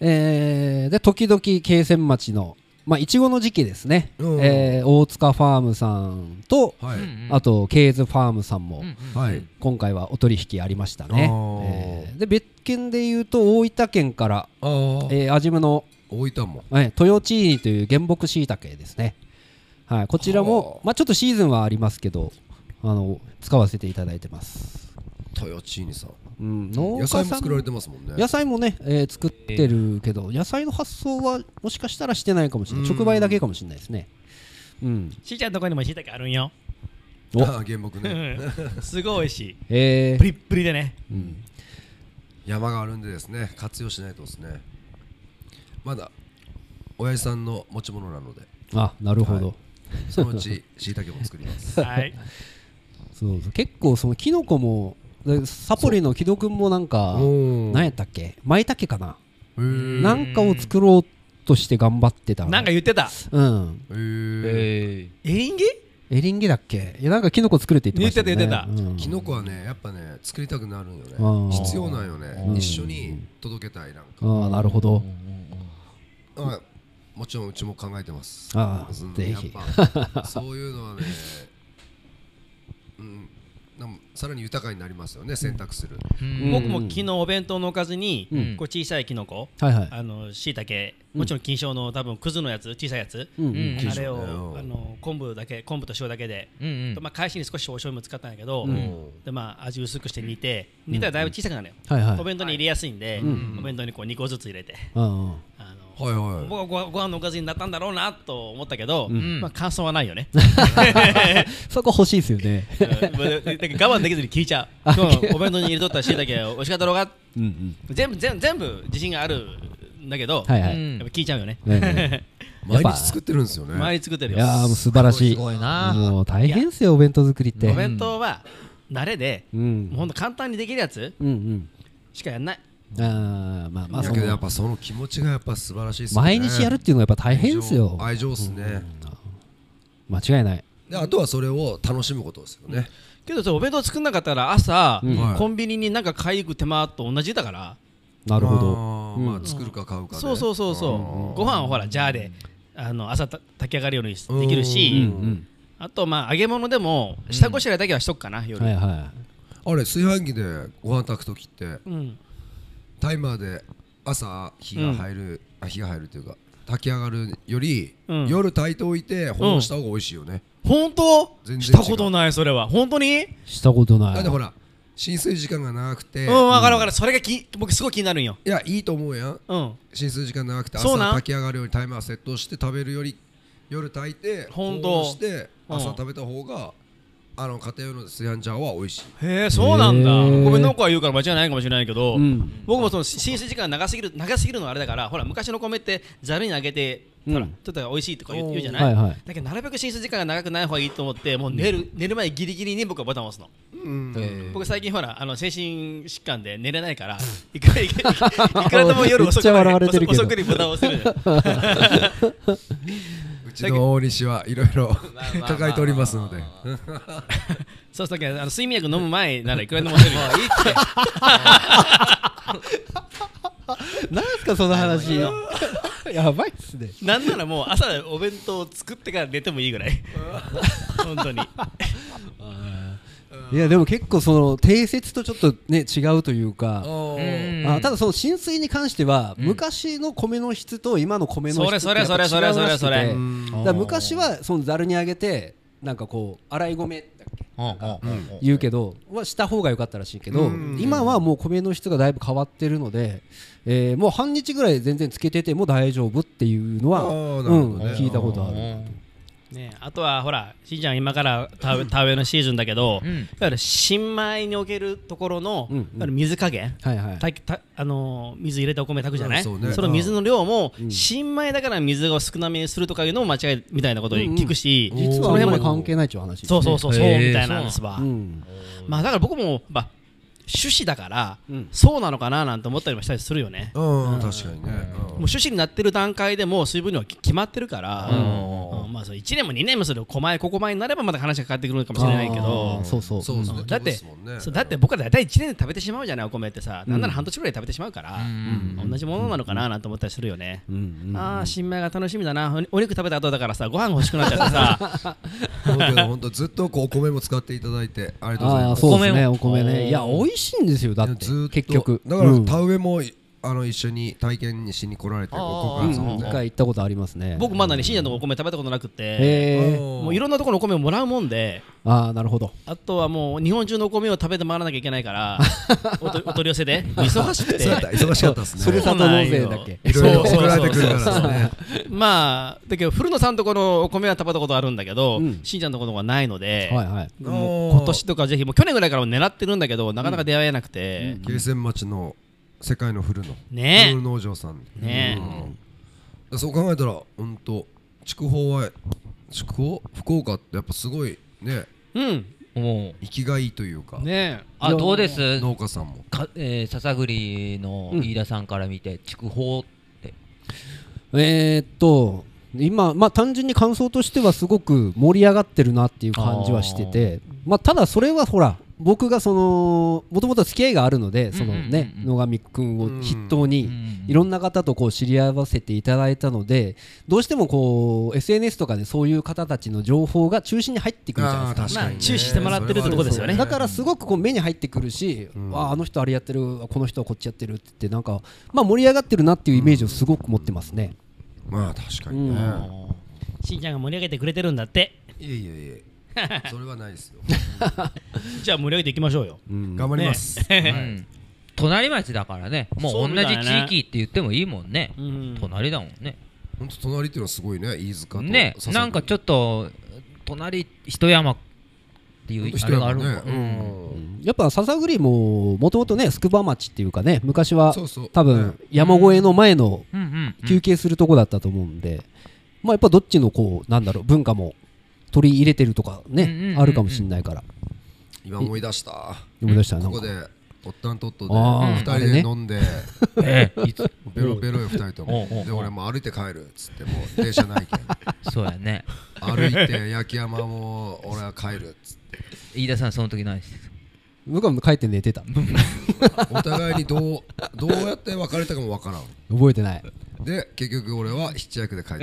Speaker 4: えーで時々恵泉町のまあいちごの時期ですね、
Speaker 2: うん
Speaker 4: えー大塚ファームさんと、
Speaker 2: は
Speaker 5: う
Speaker 2: い、
Speaker 5: んうん
Speaker 4: あとケーズファームさんも、
Speaker 5: うんうん
Speaker 2: はい
Speaker 4: 今回はお取引ありましたね
Speaker 2: あ、ー
Speaker 4: えーで別件で言うと大分県から、
Speaker 2: あー
Speaker 4: えー、安曇野の
Speaker 2: 大分も
Speaker 4: はい、豊地ーニという原木しいたけですね、はい、こちらも、まあ、ちょっとシーズンはありますけどあの使わせていただいてます、
Speaker 2: 豊地にさん
Speaker 4: うん、農
Speaker 2: 野
Speaker 4: 家
Speaker 2: 菜
Speaker 4: さん
Speaker 2: も作られてますもんね
Speaker 4: 野菜もね、えー作ってるけど野菜の発送はもしかしたらしてないかもしれない
Speaker 2: うん
Speaker 4: 直売だけかもしれないですねうん
Speaker 1: しーちゃんのとこにもしいたけあるんよ
Speaker 4: お
Speaker 2: あー原
Speaker 1: <laughs>
Speaker 2: 木ね
Speaker 1: すごい美味しい
Speaker 4: え
Speaker 1: プ
Speaker 4: ー
Speaker 1: リップリでね
Speaker 4: うん、
Speaker 2: 山があるんでですね活用しないとですねまだ親父さんの持ち物なので
Speaker 4: あなるほど、
Speaker 2: はそのうち椎茸も作り
Speaker 4: <laughs>
Speaker 2: ます
Speaker 1: はい
Speaker 4: そうそう結構そのキノコもでサポリの木戸君もなんか
Speaker 2: お
Speaker 4: 何やったっけ舞茸かな
Speaker 2: へー
Speaker 4: なんかを作ろうとして頑張ってた
Speaker 1: なんか言ってた
Speaker 4: うん
Speaker 2: へー
Speaker 5: え
Speaker 1: エリンギ
Speaker 4: エリンギだっけいやなんかキノコ作るって言ってましたよね
Speaker 1: 言ってた
Speaker 4: 言
Speaker 2: キノコはねやっぱね作りたくなるんよ
Speaker 4: あー
Speaker 2: ね必要なんよね
Speaker 4: うん
Speaker 2: 一緒に届けたいなんか
Speaker 4: ああなるほど
Speaker 2: あもちろんうちも考えてます
Speaker 4: ああ
Speaker 2: うん
Speaker 4: ぜひ <laughs>
Speaker 2: やっぱそういうのはねうんなんさらに豊かになりますよね選択する、
Speaker 5: うん
Speaker 1: 僕も昨日お弁当のおかずに、
Speaker 5: ん
Speaker 1: こう小さいキノコ、
Speaker 4: はいはい
Speaker 1: あの椎茸もちろん金賞の多分クズのやつ小さいやつ、
Speaker 4: うん
Speaker 5: うん
Speaker 1: あれ
Speaker 2: 金賞
Speaker 1: を
Speaker 2: ね
Speaker 1: あの昆布だけ昆布と塩だけで、
Speaker 5: うんうん
Speaker 1: まあ返しに少しお醤油も使ったんだけど、でまあ味薄くして煮て煮たらだいぶ小さくなるよ、
Speaker 4: はいはい
Speaker 1: お弁当に入れやすいんで、
Speaker 4: ん
Speaker 1: お弁当にこう2個ずつ入れて
Speaker 4: うんうん
Speaker 1: あの
Speaker 2: はいはい
Speaker 1: 僕はごご飯のおかずになったんだろうなと思ったけど、まあ感想はないよね。
Speaker 4: そこ欲しいですよね
Speaker 1: うんなんか我慢できずに聞いちゃう。今日お弁当に入れとったしいたけ美味しかったろうが
Speaker 4: うんうん
Speaker 1: 全部全部全部自信があるんだけど、
Speaker 4: はい
Speaker 1: や
Speaker 4: は
Speaker 1: っ
Speaker 4: い、
Speaker 5: うん
Speaker 1: ぱ聞いちゃうよね。
Speaker 4: ねえね
Speaker 2: 毎日作ってるんですよね
Speaker 1: 周り作って
Speaker 4: え
Speaker 1: る
Speaker 4: い
Speaker 1: よ。
Speaker 4: やーもう素晴らしい
Speaker 5: すごいな
Speaker 4: もう大変っすよお弁当作りって
Speaker 1: お弁当は慣れで、
Speaker 4: う
Speaker 1: もうんほんと簡単にできるやつ
Speaker 4: うん
Speaker 1: しかやんない。
Speaker 4: うんあーまあまあ
Speaker 2: だ
Speaker 4: そ
Speaker 2: けどやっ
Speaker 4: の
Speaker 2: ぱその気持ちがやっぱ素晴らしいですよね
Speaker 4: 毎日やるっていうのはやっぱ大変っすよ
Speaker 2: 愛情っすね、
Speaker 4: 間違いない
Speaker 2: であとはそれを楽しむことですよね、
Speaker 1: けどさお弁当作んなかったら朝、
Speaker 2: はい
Speaker 1: コンビニになんか買いに行く手間と同じだから。
Speaker 4: なるほど
Speaker 2: あーまあ作るか買うかで
Speaker 1: そうそうそうそう。ご飯をほらジャーであの朝た炊き上がるようにできる
Speaker 2: う
Speaker 1: し
Speaker 2: ん、
Speaker 1: あとまあ揚げ物でも下ごしらえだけはしとくかな夜。
Speaker 4: はいは
Speaker 2: あれ炊飯器でご飯炊く時って
Speaker 1: うん
Speaker 2: タイマーで朝火が入る、あ火が入るというか炊き上がるより、
Speaker 1: うん
Speaker 2: 夜炊いておいて保温した方が美味しいよね、
Speaker 1: 本当
Speaker 2: 全然違う
Speaker 1: したことないそれは本当に
Speaker 4: いしたことない
Speaker 2: だってほら浸水時間が長くて、
Speaker 1: うん分かる分かるそれがき僕すごい気になるんよ
Speaker 2: いやいいと思うやん
Speaker 1: うん
Speaker 2: 浸水時間長くて
Speaker 1: そ
Speaker 2: 朝
Speaker 1: うなん
Speaker 2: 炊き上がるようにタイマーセットして食べるより夜炊いて
Speaker 1: ほんと
Speaker 2: 保温して
Speaker 1: うん
Speaker 2: 朝食べた方が、あの家庭用の炊飯ジャーは美味しい
Speaker 1: へえそうなんだ
Speaker 4: へー
Speaker 1: ごめん農家は言うから間違いないかもしれないけど、
Speaker 4: うん
Speaker 1: 僕もその浸水時間が長すぎる長すぎるのはあれだからほら昔の米ってざるにあげて
Speaker 4: うん
Speaker 1: ほらちょっと美味しいとか言う
Speaker 2: おー
Speaker 1: 言うじゃない、
Speaker 4: はいはい
Speaker 1: だけどなるべく浸水時間が長くない方がいいと思ってもう寝る、寝る前ギリギリに僕はボタンを押すの
Speaker 2: うん
Speaker 1: 僕最近ほらあの精神疾患で寝れないからいくらいくらいくらでも夜遅くま
Speaker 4: めっちゃ笑われて
Speaker 1: で
Speaker 4: るけど
Speaker 1: 遅くにボタンを押せるのよ
Speaker 2: うちの大西はいろいろ抱えておりますので
Speaker 1: そうそうだけどあの睡眠薬飲む前ならいくら <laughs> でも飲めるよ
Speaker 4: 何すかその話 <laughs> やばいっすね
Speaker 1: なんならもう朝お弁当を作ってから寝てもいいぐら <laughs> い本当に
Speaker 4: いやでも結構その定説とちょっとね違うというか
Speaker 5: うん
Speaker 4: あただその浸水に関しては、昔の米の質と今の米の質って
Speaker 1: それそれそれそれそれ
Speaker 4: やっぱ違うらしくて
Speaker 1: それ
Speaker 4: だから昔はそのざるにあげてなんかこう洗い米だっけ言うけどはした方が良かったらしいけど
Speaker 2: うん
Speaker 4: 今はもう米の質がだいぶ変わってるので、えーもう半日ぐらい全然つけてても大丈夫っていうのは、
Speaker 2: あーな
Speaker 4: う
Speaker 2: る
Speaker 4: ん
Speaker 2: ほどね、
Speaker 4: 聞いたことある。
Speaker 1: ねあとはほらしんちゃん今から田植え田植えのシーズンだけど、
Speaker 5: うん
Speaker 1: だから新米におけるところの、
Speaker 4: うんうん
Speaker 1: だから水加減
Speaker 4: はいはい、
Speaker 1: たたあのー水入れてお米炊くじゃない、
Speaker 2: うんそ
Speaker 1: そう
Speaker 2: ね
Speaker 1: の水の量も、
Speaker 4: うん
Speaker 1: 新米だから水を少なめにするとかいうのも間違いみたいなことを聞くし、
Speaker 2: うんうん
Speaker 4: 実は
Speaker 1: その
Speaker 4: あんま
Speaker 1: 辺
Speaker 4: り
Speaker 1: も
Speaker 4: 関係ないっちゅう話ですね、
Speaker 1: そうそうそうそう
Speaker 5: へー
Speaker 1: みたいなんですわ、
Speaker 4: うん
Speaker 1: まあだから僕も、まあ、趣旨だから、
Speaker 4: うん
Speaker 1: そうなのかななんて思ったりもしたりするよね、
Speaker 2: うん確かにね
Speaker 1: もう趣旨になってる段階でもう水分量はき決まってるから、
Speaker 5: うん
Speaker 1: うんまあ、そ1年も2年もする小前小前になればまた話が変わってくるのかもしれないけ
Speaker 4: あ
Speaker 1: ど
Speaker 4: ーそうそう
Speaker 2: そうですね
Speaker 1: だって
Speaker 2: そうですもんね
Speaker 1: そうだって僕ら大体1年で食べてしまうじゃないお米ってさ、なんなら半年ぐらいで食べてしまうから、同じものなのかななんて思ったりするよね、
Speaker 4: うんうん
Speaker 1: ああ新米が楽しみだなおお肉食べた後だからさご飯が欲しくなっちゃってさ
Speaker 2: 本当ずっとこうお米も使っていただいてありがとうござい
Speaker 4: あ
Speaker 2: ま
Speaker 4: あ
Speaker 2: す
Speaker 4: そうですねお
Speaker 5: お米
Speaker 4: 米
Speaker 5: を
Speaker 4: ねいや美味しいんですよだっ
Speaker 2: ずーっと
Speaker 4: て結局
Speaker 2: だから
Speaker 4: うん
Speaker 2: 田植えもあの一緒に体験にしに来られて
Speaker 5: あー
Speaker 2: ご
Speaker 5: ら
Speaker 2: 告
Speaker 4: うん
Speaker 2: 発
Speaker 5: そう
Speaker 2: を
Speaker 5: ね
Speaker 4: 一回行ったことありますね
Speaker 1: 僕まだね深夜のお米食べたことなくって、
Speaker 4: へえ
Speaker 1: もういろんなところのお米をもらうもんで
Speaker 4: ああなるほど
Speaker 1: あとはもう日本中のお米を食べて回らなきゃいけないからおとお取り寄せで忙しくて
Speaker 2: そうやった忙しかったですね
Speaker 4: ふるさと納税だっけ
Speaker 2: いろいろ送られてくるから
Speaker 1: そうそう
Speaker 2: です
Speaker 1: そう
Speaker 2: ね
Speaker 1: まあだけど古野さんとこのお米は食べたことあるんだけど、
Speaker 4: うん
Speaker 1: しんちゃんのところはないので、
Speaker 4: はいはい
Speaker 1: もう今年とかぜひもう去年ぐらいからも狙ってるんだけどなかなか出会えなくて、
Speaker 2: 桂川町の世界の古の
Speaker 1: ねえ
Speaker 2: 古農場さん
Speaker 1: ねえ
Speaker 2: うんそう考えたら本当筑豊は筑豊福岡ってやっぱすごいね
Speaker 1: うん
Speaker 5: も
Speaker 2: 生きがいいというか
Speaker 1: ねえ
Speaker 5: うあどうです
Speaker 2: 農家さんも
Speaker 5: かえー笹栗の飯田さんから見て筑豊って
Speaker 4: えー、っと今、まあ、単純に感想としてはすごく盛り上がってるなっていう感じはしててまあ、ただそれはほら僕がそのもともと付き合いがあるのでそのね
Speaker 5: うんうんうんう
Speaker 4: 野上君を筆頭
Speaker 5: う
Speaker 4: に
Speaker 5: ん
Speaker 4: いろんな方とこう知り合わせていただいたのでどうしてもこう SNS とかでそういう方たちの情報が中心に入ってくるじゃないです
Speaker 2: あ
Speaker 4: か
Speaker 2: あ確かに、ね
Speaker 1: まあ注視してもらってるってとこですよね
Speaker 4: だからすごくこう目に入ってくるし、
Speaker 2: うん
Speaker 4: わああの人あれやってるこの人はこっちやってるって言ってなんか、まあ、盛り上がってるなっていうイメージをすごく持ってますね。
Speaker 2: まあ確かにね、
Speaker 4: うん
Speaker 1: しんちゃんが盛り上げてくれてるんだって
Speaker 2: いえいえいえそれはないですよ、
Speaker 1: じゃあ盛り上げていきましょうよ
Speaker 2: 頑張ります、
Speaker 5: うん隣町だからねもう
Speaker 1: そう
Speaker 5: 同じ
Speaker 1: だ
Speaker 5: 地
Speaker 1: ね
Speaker 5: 域って言ってもいいもんね
Speaker 1: うん
Speaker 5: 隣だもんね
Speaker 2: ほんと隣っていうのはすごいね飯塚と
Speaker 5: ね
Speaker 2: 笹
Speaker 5: なんかちょっと隣一山っていうあれがあるもん
Speaker 2: ね、うん
Speaker 4: やっぱ笹栗ももともとね宿場町っていうかね昔は
Speaker 2: そうそう
Speaker 4: 多
Speaker 2: ね
Speaker 4: 分山越えの前の
Speaker 5: うんうんうん
Speaker 4: 休憩するとこだったと思うんで、まあ、やっぱどっちのこうなんだろう文化も取り入れてるとか
Speaker 5: うんうんうん
Speaker 4: ね
Speaker 5: うん
Speaker 4: あるかもしれないから
Speaker 2: 今思い出した
Speaker 4: 思い出したらな
Speaker 2: ここ
Speaker 4: んか
Speaker 2: でおったんとっとで
Speaker 4: あ
Speaker 2: 2
Speaker 4: ー
Speaker 2: 人で飲んで、
Speaker 5: ええいつ
Speaker 2: ベロベロよ2人とも
Speaker 5: おうおう
Speaker 2: で俺も歩いて帰るっつってもう電車ないけん
Speaker 5: そうやね <laughs>
Speaker 2: 歩いて焼山も俺は帰るっつって
Speaker 5: 飯田さんその時何して
Speaker 4: 僕はもう帰って寝てた
Speaker 2: お互いにどうどうやって別れたかもわからん
Speaker 4: 覚えてない
Speaker 2: で結局俺は七役で帰っ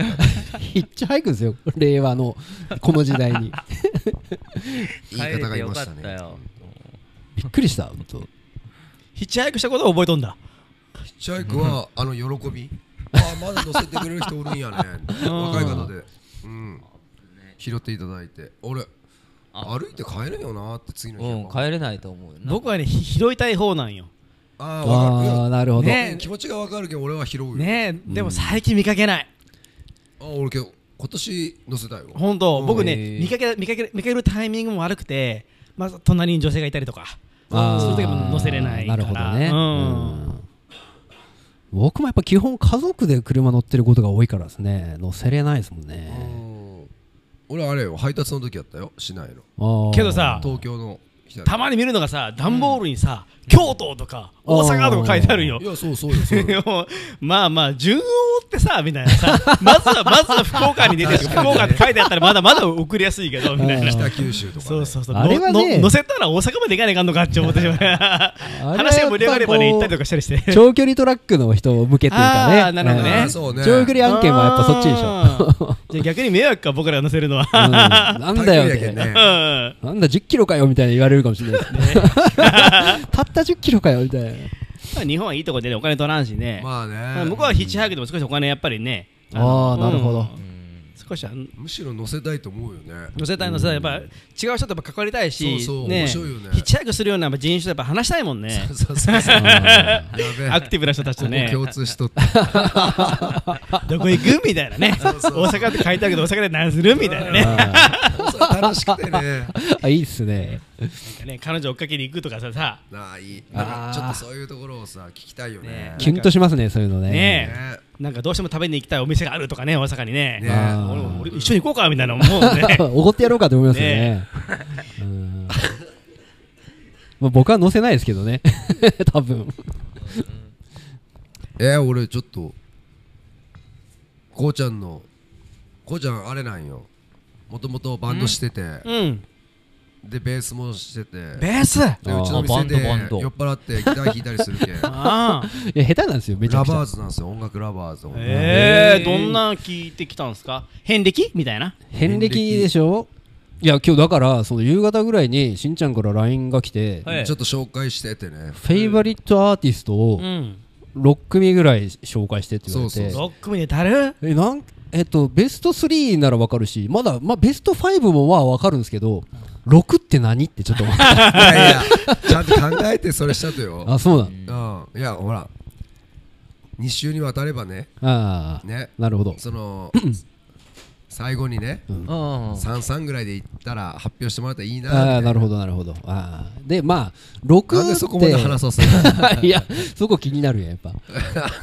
Speaker 2: た
Speaker 5: <laughs>
Speaker 4: ヒッチハイクですよ令和のこの時代に
Speaker 2: 言い方がいましたね
Speaker 5: 帰れてよかったよ
Speaker 4: びっくりした本当
Speaker 1: ヒッチハイクしたことは覚えとんだ
Speaker 2: シャイクはあの喜
Speaker 5: <laughs>
Speaker 2: びああまだ乗せてくれる人おるんやね若い方で、うん、拾っていただいて俺歩いて帰れんよなって次の日
Speaker 5: うん
Speaker 2: は
Speaker 5: 帰れないと思うよな
Speaker 1: 僕はねひ <laughs> 拾いたい方なんよ
Speaker 2: ああわかるい
Speaker 4: ああ
Speaker 2: や
Speaker 4: なるほど、
Speaker 1: ね
Speaker 2: 気持ちがわかるけど俺は拾うよ、
Speaker 1: ねえでも最近見かけない
Speaker 2: ああ俺けど今年乗せたよ
Speaker 1: 本当僕
Speaker 5: へ
Speaker 1: ね
Speaker 5: ー
Speaker 1: 見かけ見かけ見かけるタイミングも悪くてまず隣に女性がいたりとか
Speaker 4: あー
Speaker 1: そういう時も乗せれないから
Speaker 4: なるほどね、
Speaker 1: うん
Speaker 4: うん僕もやっぱ基本家族で車乗ってることが多いからですね乗せれないですもん
Speaker 2: う
Speaker 4: ね
Speaker 2: ん俺あれよ配達の時やったよ市内の
Speaker 4: あー
Speaker 1: けどさ
Speaker 2: 東京の人や
Speaker 1: たまに見るのがさ段ボールにさ、京都とか大阪とか書いてあるんよ <laughs>
Speaker 2: いやそうそうよそうよ
Speaker 1: まあまあ順を追ってさみたいなさ <laughs> まずはまずは福岡に出てくる福岡って書いてあったらまだまだ送りやすいけどみたいな。
Speaker 2: 北九州とか、ね、
Speaker 1: そうそうそう
Speaker 4: あれはね
Speaker 1: のの乗せたら大阪まで行かないかんのかって思ってしまう話が盛り上がればね行ったりとかしたりして
Speaker 4: 長距離トラックの人向けっていうかね
Speaker 1: あーなるほどね
Speaker 4: うん
Speaker 2: あーそうね
Speaker 4: 長距離案件はやっぱそっちでしょ、
Speaker 1: ょじゃあ逆に迷惑か僕らが乗せるのは
Speaker 2: <laughs>
Speaker 4: うん、なんだ
Speaker 2: 短
Speaker 4: よ
Speaker 2: 距離やけ
Speaker 4: ね
Speaker 2: んね
Speaker 1: うん
Speaker 4: なんだ10キロかよみたいな言われるかもしれな
Speaker 1: <laughs>
Speaker 4: いですねたった10キロかよみたいな
Speaker 1: まあ日本はいいとこでねお金取らんしね
Speaker 2: まあね
Speaker 1: 向こうはヒッチハイクでも少しお金やっぱりねの
Speaker 4: ああーなるほど、
Speaker 1: うん少しは
Speaker 2: むしろ乗せたいと思うよね
Speaker 1: 乗せたいのさ、やっぱ違う人とやっぱ関わりたいし、
Speaker 2: そうそう
Speaker 1: ね、
Speaker 2: 面白いよね。
Speaker 1: ヒッチハイクするようなやっぱ人種とやっぱ話したいもんね
Speaker 2: そうそうそうやべえ
Speaker 1: アクティブな人たちとね、
Speaker 2: 共通しとって
Speaker 1: どこ行くみたいなね、大
Speaker 2: <laughs> そうそう
Speaker 1: 阪って書いてあるけど、大阪で何するみたいなね、なん
Speaker 4: あ
Speaker 2: 楽しくてね
Speaker 4: ーあいいっすね
Speaker 1: かね彼女追っかけに行くとかさ、さ
Speaker 2: なあいいなんかちょっとそういうところをさ聞きたいよね
Speaker 1: ね
Speaker 4: キュンとしますねそういうのね
Speaker 1: ね
Speaker 2: ね
Speaker 1: なんかどうしても食べに行きたいお店があるとかね、大阪にね、
Speaker 2: ね
Speaker 4: あー。
Speaker 1: 俺も俺一緒に行こうかみたいな思うね
Speaker 4: <laughs> おごってやろうかと思いますよね
Speaker 1: ね
Speaker 4: <laughs> うんまあ、僕は乗せないですけどね <laughs> 多分
Speaker 2: えー俺ちょっとこうちゃんのこうちゃんあれなんよもともとバンドしてて
Speaker 1: うん、
Speaker 2: でベースもしてて
Speaker 1: ベース
Speaker 2: でうちの店で
Speaker 5: あバンドバンド
Speaker 2: 酔っ払ってギター弾いたりするけん
Speaker 1: ああ
Speaker 4: いや下手なんですよめちゃ
Speaker 2: ラ
Speaker 4: くち
Speaker 2: バー
Speaker 4: ゃ
Speaker 2: ズなんですよ音楽ラバーズ
Speaker 1: ええどんなん聞いてきたんですか遍歴みたいな。
Speaker 4: 遍歴でしょいや今日だからその夕方ぐらいにしんちゃんから LINE が来て、
Speaker 5: はい
Speaker 2: ちょっと紹介しててね
Speaker 4: フェイバリットアーティストを
Speaker 1: うん、
Speaker 4: 6組ぐらい紹介してって言われて
Speaker 2: そうそう
Speaker 1: ロック組でたる
Speaker 4: えなんえっとベスト3ならわかるしまだ、まあ、ベスト5もまあわかるんですけど6って何ってちょっと
Speaker 2: いやいやちゃんと考えてそれしたとよ
Speaker 4: <laughs> あそうなん
Speaker 2: うん、いやほら2週にわたればね
Speaker 4: ああ
Speaker 2: ね
Speaker 4: なるほど
Speaker 2: その最後にね
Speaker 5: うんうん
Speaker 2: 33ぐらいで行ったら発表してもらったらいいなみたい
Speaker 4: ああなるほどなるほどああでまあ6って
Speaker 2: なんでそこまで話そうする
Speaker 4: <laughs> いやそこ気になるやんやっぱ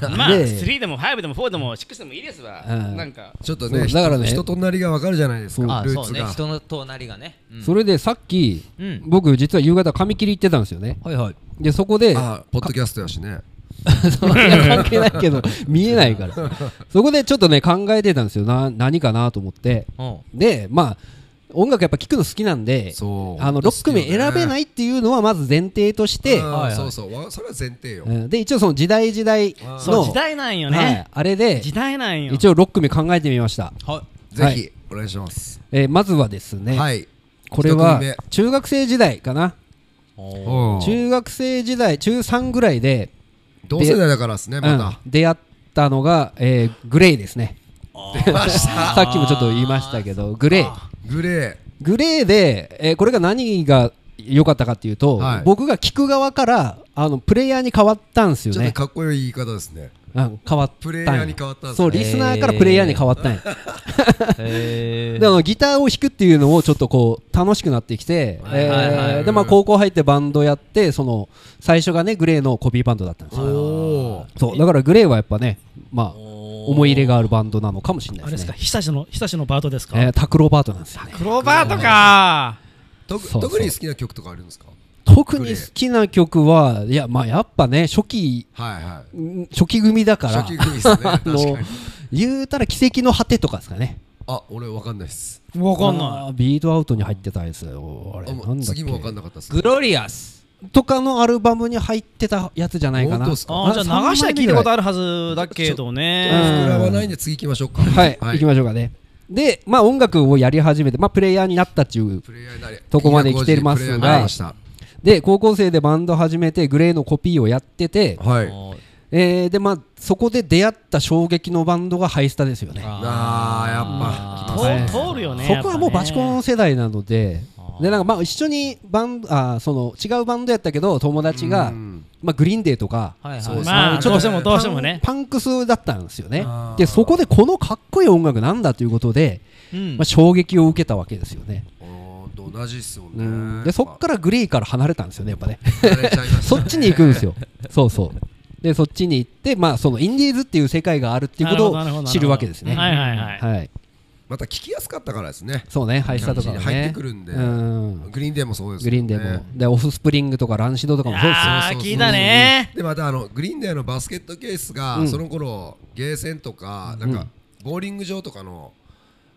Speaker 1: まあ、
Speaker 4: ねえ
Speaker 1: 3でも5でも4でも6でもいいですわ。
Speaker 4: うん
Speaker 1: なんか
Speaker 2: <laughs> ちょっと
Speaker 4: そ
Speaker 2: ね
Speaker 4: うだからね
Speaker 2: 人人となりがわかるじゃないです
Speaker 4: そう
Speaker 2: か
Speaker 5: あ
Speaker 2: ルー
Speaker 5: そう
Speaker 2: ツ
Speaker 5: ね
Speaker 2: が
Speaker 5: 人の隣がねうん
Speaker 4: それでさっき
Speaker 5: うん
Speaker 4: 僕実は夕方髪切り行ってたんですよね
Speaker 5: はいはい
Speaker 4: でそこで
Speaker 2: あポッドキャストやしね
Speaker 4: <laughs> それは関係ないけど見えないからそこでちょっとね考えてたんですよな何かなと思って
Speaker 5: うん
Speaker 4: でまあ音楽やっぱ聴くの好きなんで
Speaker 2: そう
Speaker 4: あの6組選べないいっていうのはまず前提として、
Speaker 3: はい
Speaker 2: そうそうわそれは前提よ
Speaker 4: うんで一応その時代時代
Speaker 2: あー
Speaker 1: そ
Speaker 4: の
Speaker 1: う時代なんよ
Speaker 4: は
Speaker 1: ね
Speaker 4: い、あれで
Speaker 1: 時代なんよ
Speaker 4: 一応6組考えてみました、
Speaker 3: は
Speaker 2: ぜひお願いします
Speaker 4: えーまずはですね、
Speaker 2: はい
Speaker 4: これは
Speaker 2: 一
Speaker 4: 中学生時代かな
Speaker 2: 組目うん
Speaker 4: 中学生時代中3ぐらいで、
Speaker 2: 同世代だからですねまた
Speaker 4: うん出会ったのが、えーグレイですね
Speaker 2: 出ました
Speaker 4: <laughs> さっきもちょっと言いましたけどグレイ
Speaker 2: <laughs> グレ
Speaker 4: グレーで、えーこれが何が良かったかっていうと、
Speaker 2: はい
Speaker 4: 僕が聞く側からあのプレイヤーに変わったんで
Speaker 2: ー
Speaker 4: すよ
Speaker 2: ちょっと
Speaker 4: ね、
Speaker 2: かっこいい言い方ですね
Speaker 4: うん、変わった
Speaker 2: プ
Speaker 4: んよ
Speaker 2: レイヤーに変わったんですね
Speaker 4: そうリスナーからプレイヤーに変わったんや、
Speaker 5: へ
Speaker 4: であのギターを弾くっていうのをちょっとこう楽しくなってきて、
Speaker 5: はいはいはい
Speaker 4: えーでまあ高校入ってバンドやってその最初がねグレーのコピーバンドだったんですよ
Speaker 2: お
Speaker 4: そうだからグレーはやっぱねまあ思
Speaker 5: 思
Speaker 4: い入れがあるバンドなのかもしれな
Speaker 1: あれで
Speaker 4: いですす
Speaker 1: か
Speaker 4: ね
Speaker 1: 久しの久しのバートですか、
Speaker 4: えータクロバートなんですよね
Speaker 1: クローバーとか
Speaker 2: とく
Speaker 4: そうそう
Speaker 2: 特に好きな曲とかあるんですか
Speaker 4: 特に好きな曲はいやまあやっぱね初期
Speaker 2: はいは
Speaker 4: ん初期組だ
Speaker 2: い
Speaker 4: から
Speaker 2: 初期組です
Speaker 4: <laughs>
Speaker 2: ね確かに
Speaker 4: の言うたら奇跡の果てとかですかね
Speaker 2: あ俺わかんないです
Speaker 1: わかんない
Speaker 4: あービードアウトに入ってたやつよあれ
Speaker 2: あ
Speaker 4: な
Speaker 2: も
Speaker 4: ん
Speaker 2: う
Speaker 4: だっ
Speaker 2: 次もわか
Speaker 4: け
Speaker 2: んなかったです
Speaker 5: グロリアス
Speaker 4: とかのアルバムに入ってたやつじゃないか
Speaker 2: 本
Speaker 4: な
Speaker 2: 当ですか
Speaker 1: あーじゃあ流したら聞いたことあるはずだけどね
Speaker 2: 膨らまないんで次行きましょうか
Speaker 4: はい、
Speaker 2: はい
Speaker 4: 行きましょうかね。で、まあ、音楽をやり始めて、まあ、プレイヤーになったっていう。
Speaker 2: プレイヤーになれ
Speaker 4: とこまで来てま
Speaker 2: プ
Speaker 4: すが
Speaker 2: レイヤーになりました
Speaker 4: で、高校生でバンド始めて、グレーのコピーをやってて、
Speaker 2: はい
Speaker 5: おー
Speaker 4: えーで、まあ、そこで出会った衝撃のバンドがハイスタですよね。
Speaker 2: あーやっぱ
Speaker 1: 通
Speaker 2: はい
Speaker 1: 通るよね
Speaker 4: そこはも
Speaker 1: や
Speaker 4: う
Speaker 1: っぱ
Speaker 4: バ
Speaker 1: ね
Speaker 4: チコン世代なので、
Speaker 5: あー
Speaker 4: で、なんかまあ、一緒にバンド、あーその、違うバンドやったけど、友達が
Speaker 2: う、ん
Speaker 4: まあ、グリーンデーとか、
Speaker 5: はい
Speaker 2: そうですね
Speaker 1: まあ
Speaker 2: ちょ
Speaker 1: ど
Speaker 2: っと
Speaker 1: うしてもどうしてもね
Speaker 4: パンクスだったんですよね
Speaker 2: あー
Speaker 4: でそこでこのかっこいい音楽なんだということで、
Speaker 5: うん
Speaker 4: まあ、衝撃を受けたわけですよね、
Speaker 2: おーと同じっすよ
Speaker 4: うん
Speaker 2: ね
Speaker 4: でそっからグリーから離れたんですよねやっぱね <laughs>
Speaker 2: られちゃいました
Speaker 4: そっちに行くんですよ。そうそう。で、そっちに行って、まあ、そのインディーズっていう世界があるっていうこと
Speaker 1: なるほど
Speaker 4: を知るわけですね。
Speaker 1: な
Speaker 4: は
Speaker 1: るほどはいはいはい
Speaker 4: い。
Speaker 2: また聞きやすかったからですね
Speaker 4: そうね、ハイスタとかもね。
Speaker 2: 入ってくるんで
Speaker 4: うん
Speaker 2: グリーンデーもそうです
Speaker 4: グ
Speaker 2: よ
Speaker 4: リ
Speaker 2: ね
Speaker 4: ーンでも。で、オフスプリングとかランシドとかもそうですよ。
Speaker 1: あー聞いたね
Speaker 2: でまたあのグリーンデーのバスケットケース
Speaker 4: う
Speaker 2: が
Speaker 4: ん
Speaker 2: その頃ゲーセンとかなんかボーリング場とかの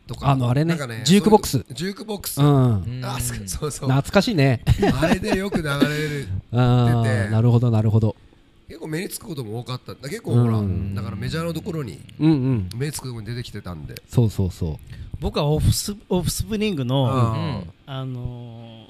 Speaker 2: とか
Speaker 4: あのあれね
Speaker 2: なんか
Speaker 4: ジュークボックス
Speaker 2: そういうジュークボックス
Speaker 4: うん。
Speaker 2: あそそうそう
Speaker 4: 懐かしい
Speaker 2: <laughs>
Speaker 4: ね。
Speaker 2: あれでよく流れる
Speaker 4: あ
Speaker 2: 出
Speaker 4: あ、
Speaker 2: て
Speaker 4: なるほど、なるほど。
Speaker 2: 結構目につくことも多かった結構ほら
Speaker 4: うん
Speaker 2: だからメジャーのところに
Speaker 4: うんうん。
Speaker 2: 目につくところに出てきてたんで
Speaker 4: そうそうそ
Speaker 1: 僕はオフスオフスプリング
Speaker 2: う
Speaker 1: の
Speaker 2: ん
Speaker 1: あのー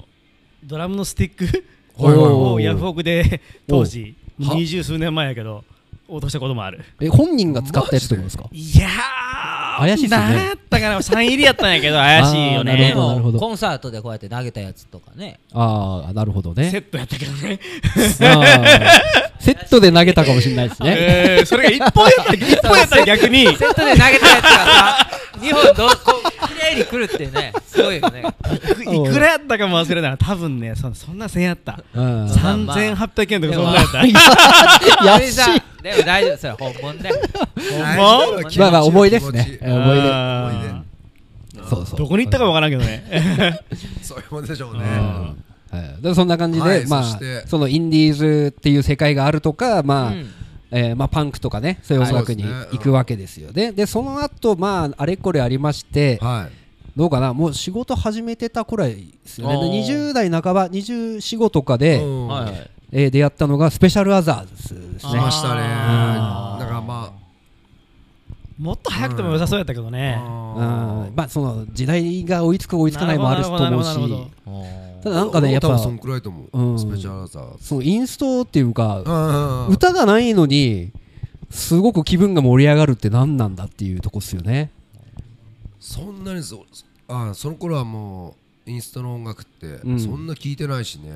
Speaker 1: ドラムのスティッ <laughs> ク
Speaker 4: はいはいはい
Speaker 1: をヤフオクで当時
Speaker 2: は
Speaker 1: 二十数年前やけど落としたこともある
Speaker 4: う。え、本人が使ったやつってことですか
Speaker 1: いやー
Speaker 4: 怪しいっすよね
Speaker 1: 何やったかなサイン入りやったんやけど怪しいよ
Speaker 4: あーな
Speaker 5: で
Speaker 4: るほ
Speaker 1: ね
Speaker 4: どなる
Speaker 5: も
Speaker 4: ほど
Speaker 5: コンサートでこうやって投げたやつとかね
Speaker 4: ああ、なるほど
Speaker 1: セ
Speaker 4: ね。
Speaker 1: ットやったけど
Speaker 4: <laughs>
Speaker 1: ね
Speaker 4: あーセットで投げたかもしれないですね。
Speaker 1: えーそれが一本や <laughs> ったら一本やったら逆に
Speaker 5: セットで投げたやつがさ2本どうこう綺麗に来るっていうねすごいよね
Speaker 1: いくらやったかも忘れない多分ねそそんな千円やった
Speaker 4: うん。
Speaker 5: さ
Speaker 1: 3800円とかそんなやった
Speaker 5: そ
Speaker 4: 安
Speaker 5: れじゃ
Speaker 4: い。
Speaker 5: でも大丈夫それ本物ね
Speaker 1: ま
Speaker 2: はい
Speaker 4: まあまあ、思い出ですね。
Speaker 2: 気持ち
Speaker 4: 思い出。
Speaker 1: あ
Speaker 4: そうそ
Speaker 1: ー
Speaker 4: う。
Speaker 1: どこに行ったかわからんけどね
Speaker 2: そういうもんでしょうね
Speaker 1: うん
Speaker 4: はい、でそんな感じで、
Speaker 2: はい
Speaker 4: ま
Speaker 2: そし
Speaker 4: あ
Speaker 2: て、
Speaker 4: そのインディーズっていう世界があるとか、まあ
Speaker 5: うん
Speaker 4: えーまあ、パンクとかねそういう音楽に
Speaker 2: はいそうですね
Speaker 4: 行くわけですよ、ででその後、まああれこれありまして、
Speaker 2: はい
Speaker 4: どうかなもう仕事始めてたくらいですよねで
Speaker 5: おー
Speaker 4: 20代半ば245とかで、
Speaker 2: うん
Speaker 5: はい
Speaker 4: えー出会ったのがスペシャルアザーズです
Speaker 2: 来
Speaker 4: ね
Speaker 2: ましたね
Speaker 1: あー
Speaker 2: だからま
Speaker 1: もっと早くても良さそうやったけどね
Speaker 4: うん
Speaker 2: あ
Speaker 4: まあ、その時代が追いつく追いつかないもあると思う
Speaker 1: なるほどなるほどなるほ
Speaker 4: し
Speaker 5: お
Speaker 4: ただなんかねやっ
Speaker 2: 多分
Speaker 4: ぱ
Speaker 2: そんくらいと思
Speaker 4: う
Speaker 2: うんスペシャルアザーズ
Speaker 4: そのインストっていうか、
Speaker 2: うん
Speaker 4: 歌がないのにすごく気分が盛り上がるって何なんだっていうとこっすよね
Speaker 2: そんなにそあその頃はもうインストの音楽って
Speaker 4: ん
Speaker 2: そんな聞いてないしね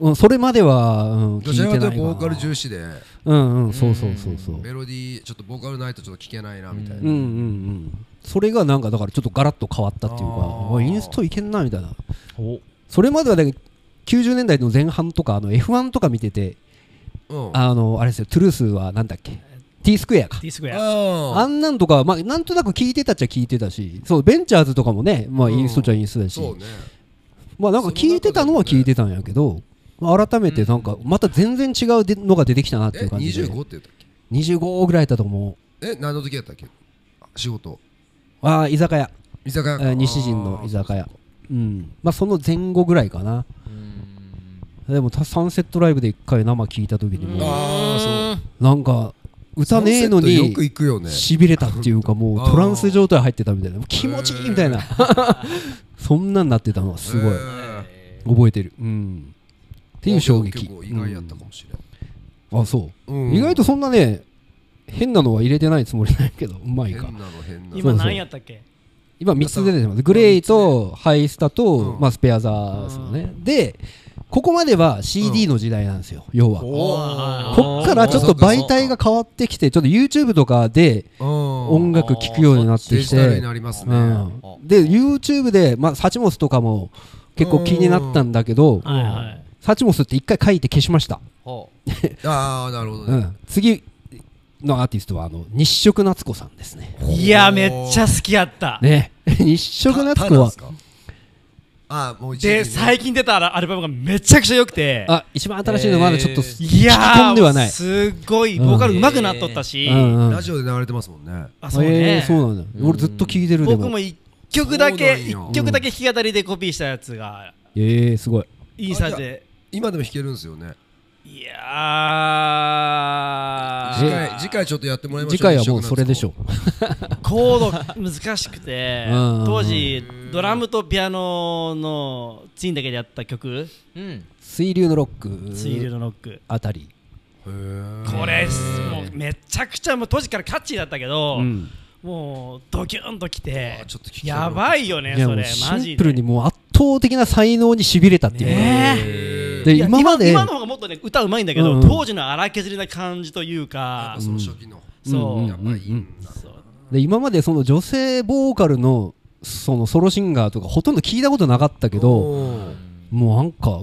Speaker 4: うん、それまでは、うん、聞
Speaker 2: ど
Speaker 4: い
Speaker 2: ち
Speaker 4: て
Speaker 2: らか
Speaker 4: ない
Speaker 2: と
Speaker 4: か
Speaker 2: いうと
Speaker 4: な
Speaker 2: ボーカル重視で
Speaker 4: うんうんそうそうそうそう
Speaker 2: メロディーちょっとボーカルないとちょっと聞けないなみたい
Speaker 4: うんうんう
Speaker 2: なん
Speaker 4: それがなんかだからちょっとガラッと変わったっていうか
Speaker 2: あー
Speaker 4: あインストいけんなみたいな
Speaker 1: お
Speaker 4: それまではね90年代の前半とかあの F1 とか見てて
Speaker 2: うん
Speaker 4: あのあれですよトゥルースはなんだっけ T スクエアか
Speaker 1: T スクエア
Speaker 4: あ
Speaker 2: あ
Speaker 4: んなんとか、まあ、なんとなく聞いてたっちゃ聞いてたしそうベンチャーズとかもね、まあ、
Speaker 2: うん
Speaker 4: インストっちゃインストだ
Speaker 2: ー
Speaker 4: し、
Speaker 2: そうね
Speaker 4: まあなんか聞いてたのは聞いてたんやけど、まあ改めてなんかまた全然違うでのが出てきたなってい
Speaker 2: え
Speaker 4: う感じで
Speaker 2: 25って言ったっ
Speaker 4: 25ぐらいだと思う
Speaker 2: けえ何の時やったっけ仕事
Speaker 4: ああ居酒屋
Speaker 2: 居酒
Speaker 4: え
Speaker 2: 屋
Speaker 4: ー西陣の居酒屋うんまあ、その前後ぐらいかなでもたサンセットライブで一回生聞いた時にも
Speaker 2: ああそう
Speaker 4: うなんか歌ねえの
Speaker 2: サンセットよ
Speaker 4: に
Speaker 2: く行くよね
Speaker 4: しびれたっていうかも
Speaker 2: あー
Speaker 4: うトランス状態入ってたみたいなもう気持ちいいみたいなそんなんなってたのはすごい
Speaker 2: えー
Speaker 4: 覚えてる、うん、っていう衝撃
Speaker 2: 結構意外やったかもしれ
Speaker 4: うんあそう
Speaker 2: ない、
Speaker 4: 意外とそんなね変なのは入れてないつもりないけどうまい
Speaker 2: 変な
Speaker 4: か
Speaker 2: の変なの
Speaker 4: そう
Speaker 1: 今
Speaker 4: そう
Speaker 1: 何やったっけ
Speaker 4: 今3つ出てますグレイとハイスタと、
Speaker 2: うん
Speaker 4: まあ、スペアザーですよねでここまでは CD の時代なんですよ、要はこ
Speaker 1: お
Speaker 4: っからちょっと媒体が変わってきてちょっと YouTube とかで音
Speaker 2: 音
Speaker 4: 楽聴くようになって
Speaker 2: デ
Speaker 4: き
Speaker 2: ジタル
Speaker 4: て
Speaker 2: になります
Speaker 4: う
Speaker 2: ね、
Speaker 4: ん、で YouTube で、まあ、サチモスとかも結構気になったんだけど
Speaker 1: はいはい
Speaker 4: サチモスって一回書いて消しました、
Speaker 2: ああなるほど
Speaker 4: う
Speaker 2: ね、
Speaker 4: ん、次のアーティストはあの日食夏子さんですね
Speaker 1: いやめっちゃ好きやった
Speaker 4: ね <laughs> 日食
Speaker 2: た
Speaker 4: 夏
Speaker 2: た
Speaker 4: 子
Speaker 2: なん
Speaker 4: は
Speaker 2: すかああもう一時
Speaker 1: で
Speaker 2: ね
Speaker 1: 最近出たアルバムがめちゃくちゃ良くて
Speaker 4: あ一番新しいのまだちょっと聞
Speaker 1: い
Speaker 4: き込
Speaker 1: や
Speaker 4: んではない
Speaker 1: ーすっごいボーカル上手くなっとったし
Speaker 4: うんうん
Speaker 2: ラジオで流れてますもんね
Speaker 1: あそう
Speaker 4: えー
Speaker 1: ね
Speaker 4: そうなんだ俺ずっと聞いてるで
Speaker 1: 僕
Speaker 4: も
Speaker 1: も一曲だけ
Speaker 2: そうなんや
Speaker 1: 一曲だけ弾き語りでコピーしたやつが
Speaker 4: ええすごい
Speaker 1: インスタで
Speaker 2: 今でも弾けるんですよね
Speaker 1: いや
Speaker 2: 次
Speaker 1: ー
Speaker 2: 回次回ちょっとやってもらいましょう
Speaker 4: 次回はもうそれでしょ
Speaker 1: コード難しくて
Speaker 4: <laughs> うんうん
Speaker 1: 当時ドラムとピアノのツインだけでやった曲
Speaker 5: うん
Speaker 4: 水流のロ
Speaker 1: 「ツイール
Speaker 4: ック
Speaker 1: のロック
Speaker 4: あたり」
Speaker 2: へー
Speaker 1: これもうめちゃくちゃもう当時からキャッチーだったけど
Speaker 4: うん
Speaker 1: もうドキュンときて
Speaker 2: あちょっと聞きたいな
Speaker 1: やばいよね
Speaker 4: いや
Speaker 1: そ
Speaker 4: もう
Speaker 1: れマ
Speaker 4: シ
Speaker 1: ジ
Speaker 4: ンプルに
Speaker 1: で。
Speaker 4: もう圧倒的な才能にしびれたっていう
Speaker 1: ねえ
Speaker 2: へー
Speaker 4: で
Speaker 1: いや
Speaker 4: 今まで
Speaker 1: 今今の方がもっとね歌うまいんだけど、
Speaker 4: うんうん
Speaker 1: 当時の荒削りな感じという
Speaker 2: やっ
Speaker 1: か
Speaker 2: ぱ、その初期の、
Speaker 1: そう、
Speaker 4: うん
Speaker 2: やっぱいいんだ、
Speaker 1: そう
Speaker 4: で今までその女性ボーカルのそのソロシンガーとかほとんど聞いたことなかったけど
Speaker 2: おー
Speaker 4: もうなんか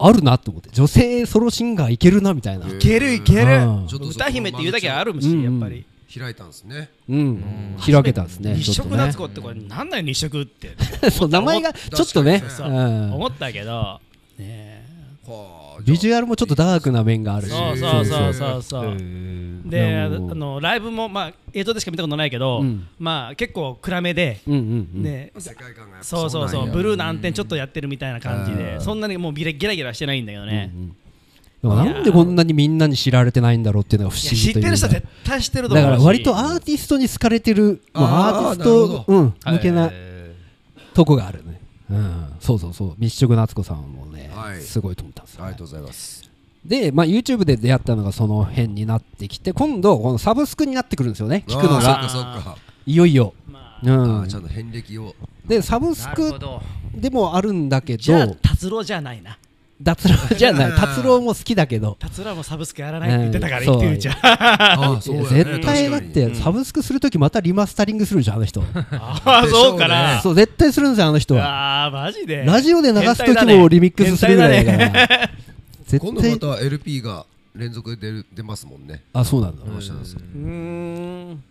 Speaker 4: あるなと思って女性ソロシンガーいけるなみたいな
Speaker 2: へ
Speaker 1: いけるいける、
Speaker 4: うん
Speaker 2: ちょっとそこ
Speaker 1: 歌姫っていうだけあるし、
Speaker 4: うんうん
Speaker 1: やっぱり
Speaker 2: 開いたんですね
Speaker 4: うん開けたんですね
Speaker 1: 日
Speaker 4: ちょっ
Speaker 1: 食
Speaker 4: とね
Speaker 1: 夏子ってこれなんだよ日食って、
Speaker 4: そう名前がちょっとね
Speaker 2: 確
Speaker 1: か
Speaker 4: う
Speaker 1: にね
Speaker 4: ん
Speaker 1: 思ったけどね
Speaker 2: はあ
Speaker 4: ビジュアルもちょっとダー
Speaker 2: ク
Speaker 4: クな面があるし
Speaker 1: そうそうそう
Speaker 2: そ
Speaker 1: そうそう、
Speaker 4: うんい
Speaker 1: で
Speaker 4: や
Speaker 1: あ
Speaker 4: もう
Speaker 1: のライブも、まあ、映像でしか見たことないけど、
Speaker 4: うん
Speaker 1: まあ結構暗めで、
Speaker 4: うんうんうん
Speaker 1: ね
Speaker 2: 世界観がやっぱ
Speaker 1: そうそうそう
Speaker 2: なんや
Speaker 1: ブルーな暗転ちょっとやってるみたいな感じでそんなにもうギラギラギラしてないんだけどね、
Speaker 4: でもなんでこんなにみんなに知られてないんだろうっていうのが不
Speaker 1: い
Speaker 4: 思
Speaker 1: や
Speaker 4: 議
Speaker 1: 知っ
Speaker 4: と
Speaker 1: て
Speaker 4: いうか
Speaker 1: る人は絶対知ってると
Speaker 4: だ
Speaker 1: 思う
Speaker 4: から割と
Speaker 1: あ
Speaker 4: アーティストに好かれてるもうア
Speaker 2: あー
Speaker 4: ーティス
Speaker 2: なる
Speaker 4: ト
Speaker 2: ほ
Speaker 4: うん向けなとこがあるねうんそうそうそう密食夏子さんもね
Speaker 2: はい
Speaker 4: すごいと思ったんですよ
Speaker 2: あり
Speaker 4: ね
Speaker 2: がとうございます
Speaker 4: でまあ YouTube で出会ったのがその辺になってきて今度このサブスクになってくるんですよね聞くの
Speaker 2: あ
Speaker 4: が
Speaker 2: ーそっかそっか
Speaker 4: いよいよ
Speaker 1: まあ
Speaker 4: う
Speaker 2: あ
Speaker 4: ん
Speaker 2: ーちゃんと遍歴を
Speaker 4: でサブス
Speaker 5: なる
Speaker 4: ク
Speaker 5: ほど
Speaker 4: でもあるんだけ
Speaker 1: じゃあ
Speaker 4: ど
Speaker 1: 達郎じゃないな
Speaker 4: 脱
Speaker 2: <laughs>
Speaker 4: 郎じゃない
Speaker 2: あー
Speaker 4: 達郎も好きだけど
Speaker 1: 達郎もサブスクやらないって言ってたから
Speaker 4: うん
Speaker 1: 言ってるじゃんあ
Speaker 2: あーそうやね
Speaker 4: 絶対だっ
Speaker 2: 確かに
Speaker 4: てサブスクするときまたリマスタリングするじゃんあ
Speaker 2: <laughs>
Speaker 4: の人 <laughs>
Speaker 1: あ
Speaker 2: でしょ
Speaker 1: そう
Speaker 2: ね
Speaker 1: うから
Speaker 4: そう絶対するんですよあの人は
Speaker 1: ああマジで
Speaker 4: ラジオで流すときもリミックスするぐらいだから
Speaker 2: 今
Speaker 4: 絶
Speaker 2: 度ま
Speaker 4: 対
Speaker 2: た LP が連続で出る出ますもんね
Speaker 4: あそうなんだ
Speaker 2: この人なんですけど
Speaker 1: うーん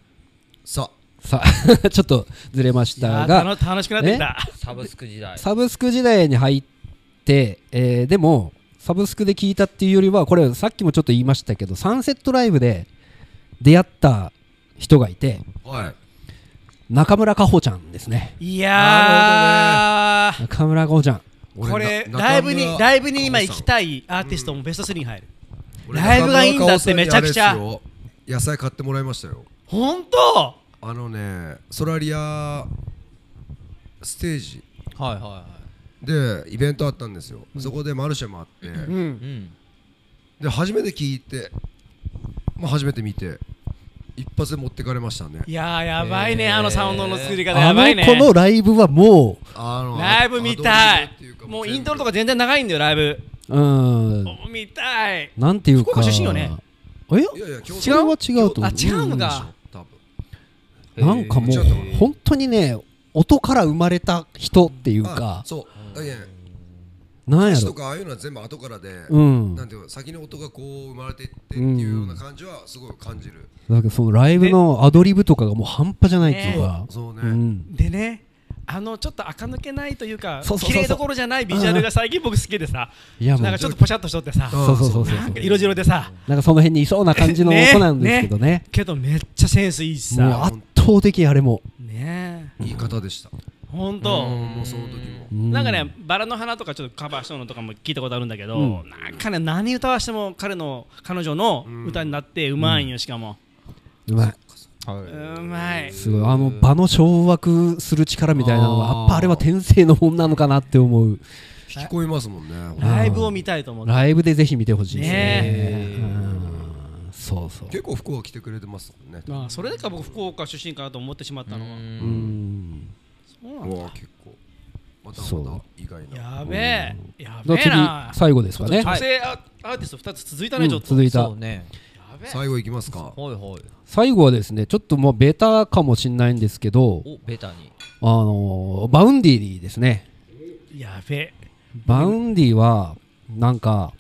Speaker 2: さ
Speaker 4: さ <laughs> あちょっとずれまし
Speaker 1: いや
Speaker 4: た
Speaker 1: ー
Speaker 4: が
Speaker 1: 楽楽しくなってきた
Speaker 5: サブスク時代
Speaker 4: サブスク時代に入ってえーでもサブスクで聞いたっていうよりはこれさっきもちょっと言いましたけどサンセットライブで出会った人がいて
Speaker 2: あはい
Speaker 4: 中村佳穂ちゃんですね
Speaker 1: いやー
Speaker 4: 中村佳穂ちゃん
Speaker 2: 俺
Speaker 1: これ
Speaker 2: な
Speaker 1: ライブに
Speaker 2: 中村
Speaker 1: ライブに今行きたいアーティストもベスト3に入るライブがいいんだってめちゃくちゃ
Speaker 2: 俺中村薫さんにあれですよ野菜買ってもらいましたよ
Speaker 1: 本当
Speaker 2: あのねソラリアステージ
Speaker 5: はいはいは
Speaker 2: でイベントあったんですよ、そこでマルシェもあって、
Speaker 5: いうん
Speaker 2: で初めて聞いて、まあ、初めて見て一発で持ってかれましたね
Speaker 1: いやーやばいね
Speaker 5: えー
Speaker 1: あのサウンドの作り方
Speaker 4: あ
Speaker 1: やばい
Speaker 4: の
Speaker 1: ね
Speaker 4: 子のライブはも
Speaker 2: あの
Speaker 1: ライブ見た
Speaker 2: ア
Speaker 1: い
Speaker 2: ドリブっていうか
Speaker 1: もう
Speaker 2: 全部
Speaker 1: イントロとか全然長いんだよライブ
Speaker 4: ううん
Speaker 1: もう見たい
Speaker 4: なんていうか
Speaker 1: 福岡出身よね
Speaker 4: え
Speaker 2: いやいや京
Speaker 4: 違うは違うと思
Speaker 1: あ
Speaker 4: う
Speaker 1: 違うのか
Speaker 2: 多分
Speaker 4: うんなんかも
Speaker 2: ちょ
Speaker 4: う
Speaker 2: っと待って
Speaker 4: 本当にね音から生まれた人っていう
Speaker 2: あ
Speaker 4: か
Speaker 2: そういやいや
Speaker 4: なんや
Speaker 2: 歌詞と
Speaker 4: ろ
Speaker 2: かああいうのは全部後からで、
Speaker 4: うん
Speaker 2: なんていうか先の音がこう生まれていってっていうような感じはすごい感じる、
Speaker 4: だけどそのライブのアドリブとかがもう半端じゃないっていうか
Speaker 2: そうね、
Speaker 4: うん
Speaker 1: でねあのちょっと垢抜けないというか
Speaker 4: そうそうそうそう
Speaker 1: 綺麗どころじゃないビジュアルが最近僕好きでさ
Speaker 4: いやもう
Speaker 1: なんかちょっとポシャっとしとってさ
Speaker 4: そうそうそうそう
Speaker 1: なんか色白でさ
Speaker 4: なんかその辺にいそうな感じの
Speaker 1: ね
Speaker 4: 子なんですけどね
Speaker 1: けどめっちゃセンスいいし
Speaker 4: もう
Speaker 1: さ
Speaker 4: 圧倒的あれも
Speaker 1: ね
Speaker 2: 言い方でした
Speaker 1: え本
Speaker 2: う
Speaker 1: 当、
Speaker 2: んもうその時も
Speaker 1: なんかねバラの花とかちょっとカバーしたのとかも聞いたことあるんだけど、なんかね何歌わしても彼の彼女の歌になってうまいんよしかも、
Speaker 4: うまいう
Speaker 1: まい
Speaker 4: すごいあの場の掌握する力みたいなのはやっぱあれは天性のもんなのかなって思う
Speaker 2: 聞こえますもんね
Speaker 1: ライブを見たいと思って
Speaker 4: ライブでぜひ見てほしいですね
Speaker 1: ね
Speaker 4: うんそうそう
Speaker 2: 結構福岡来てくれてますもんね
Speaker 1: まあそれだから僕福岡出身かなと思ってしまったのは
Speaker 4: うん
Speaker 1: そうなん
Speaker 2: う
Speaker 1: だ
Speaker 2: わ結構また
Speaker 4: そう
Speaker 2: また意外な
Speaker 1: やべえやべ
Speaker 4: だ
Speaker 1: え
Speaker 4: から
Speaker 1: な
Speaker 4: 次最後ですかね
Speaker 1: 女性アアーティスト2つ続いたねちょっと、
Speaker 4: 続いた
Speaker 5: そうね
Speaker 1: やべえ
Speaker 2: 最後いきますか
Speaker 5: はいはい
Speaker 4: 最後はですねちょっともうベタかもしれないんですけど
Speaker 5: おベタに
Speaker 4: あのバウンディですね
Speaker 1: やべえ
Speaker 4: バウンディはなんか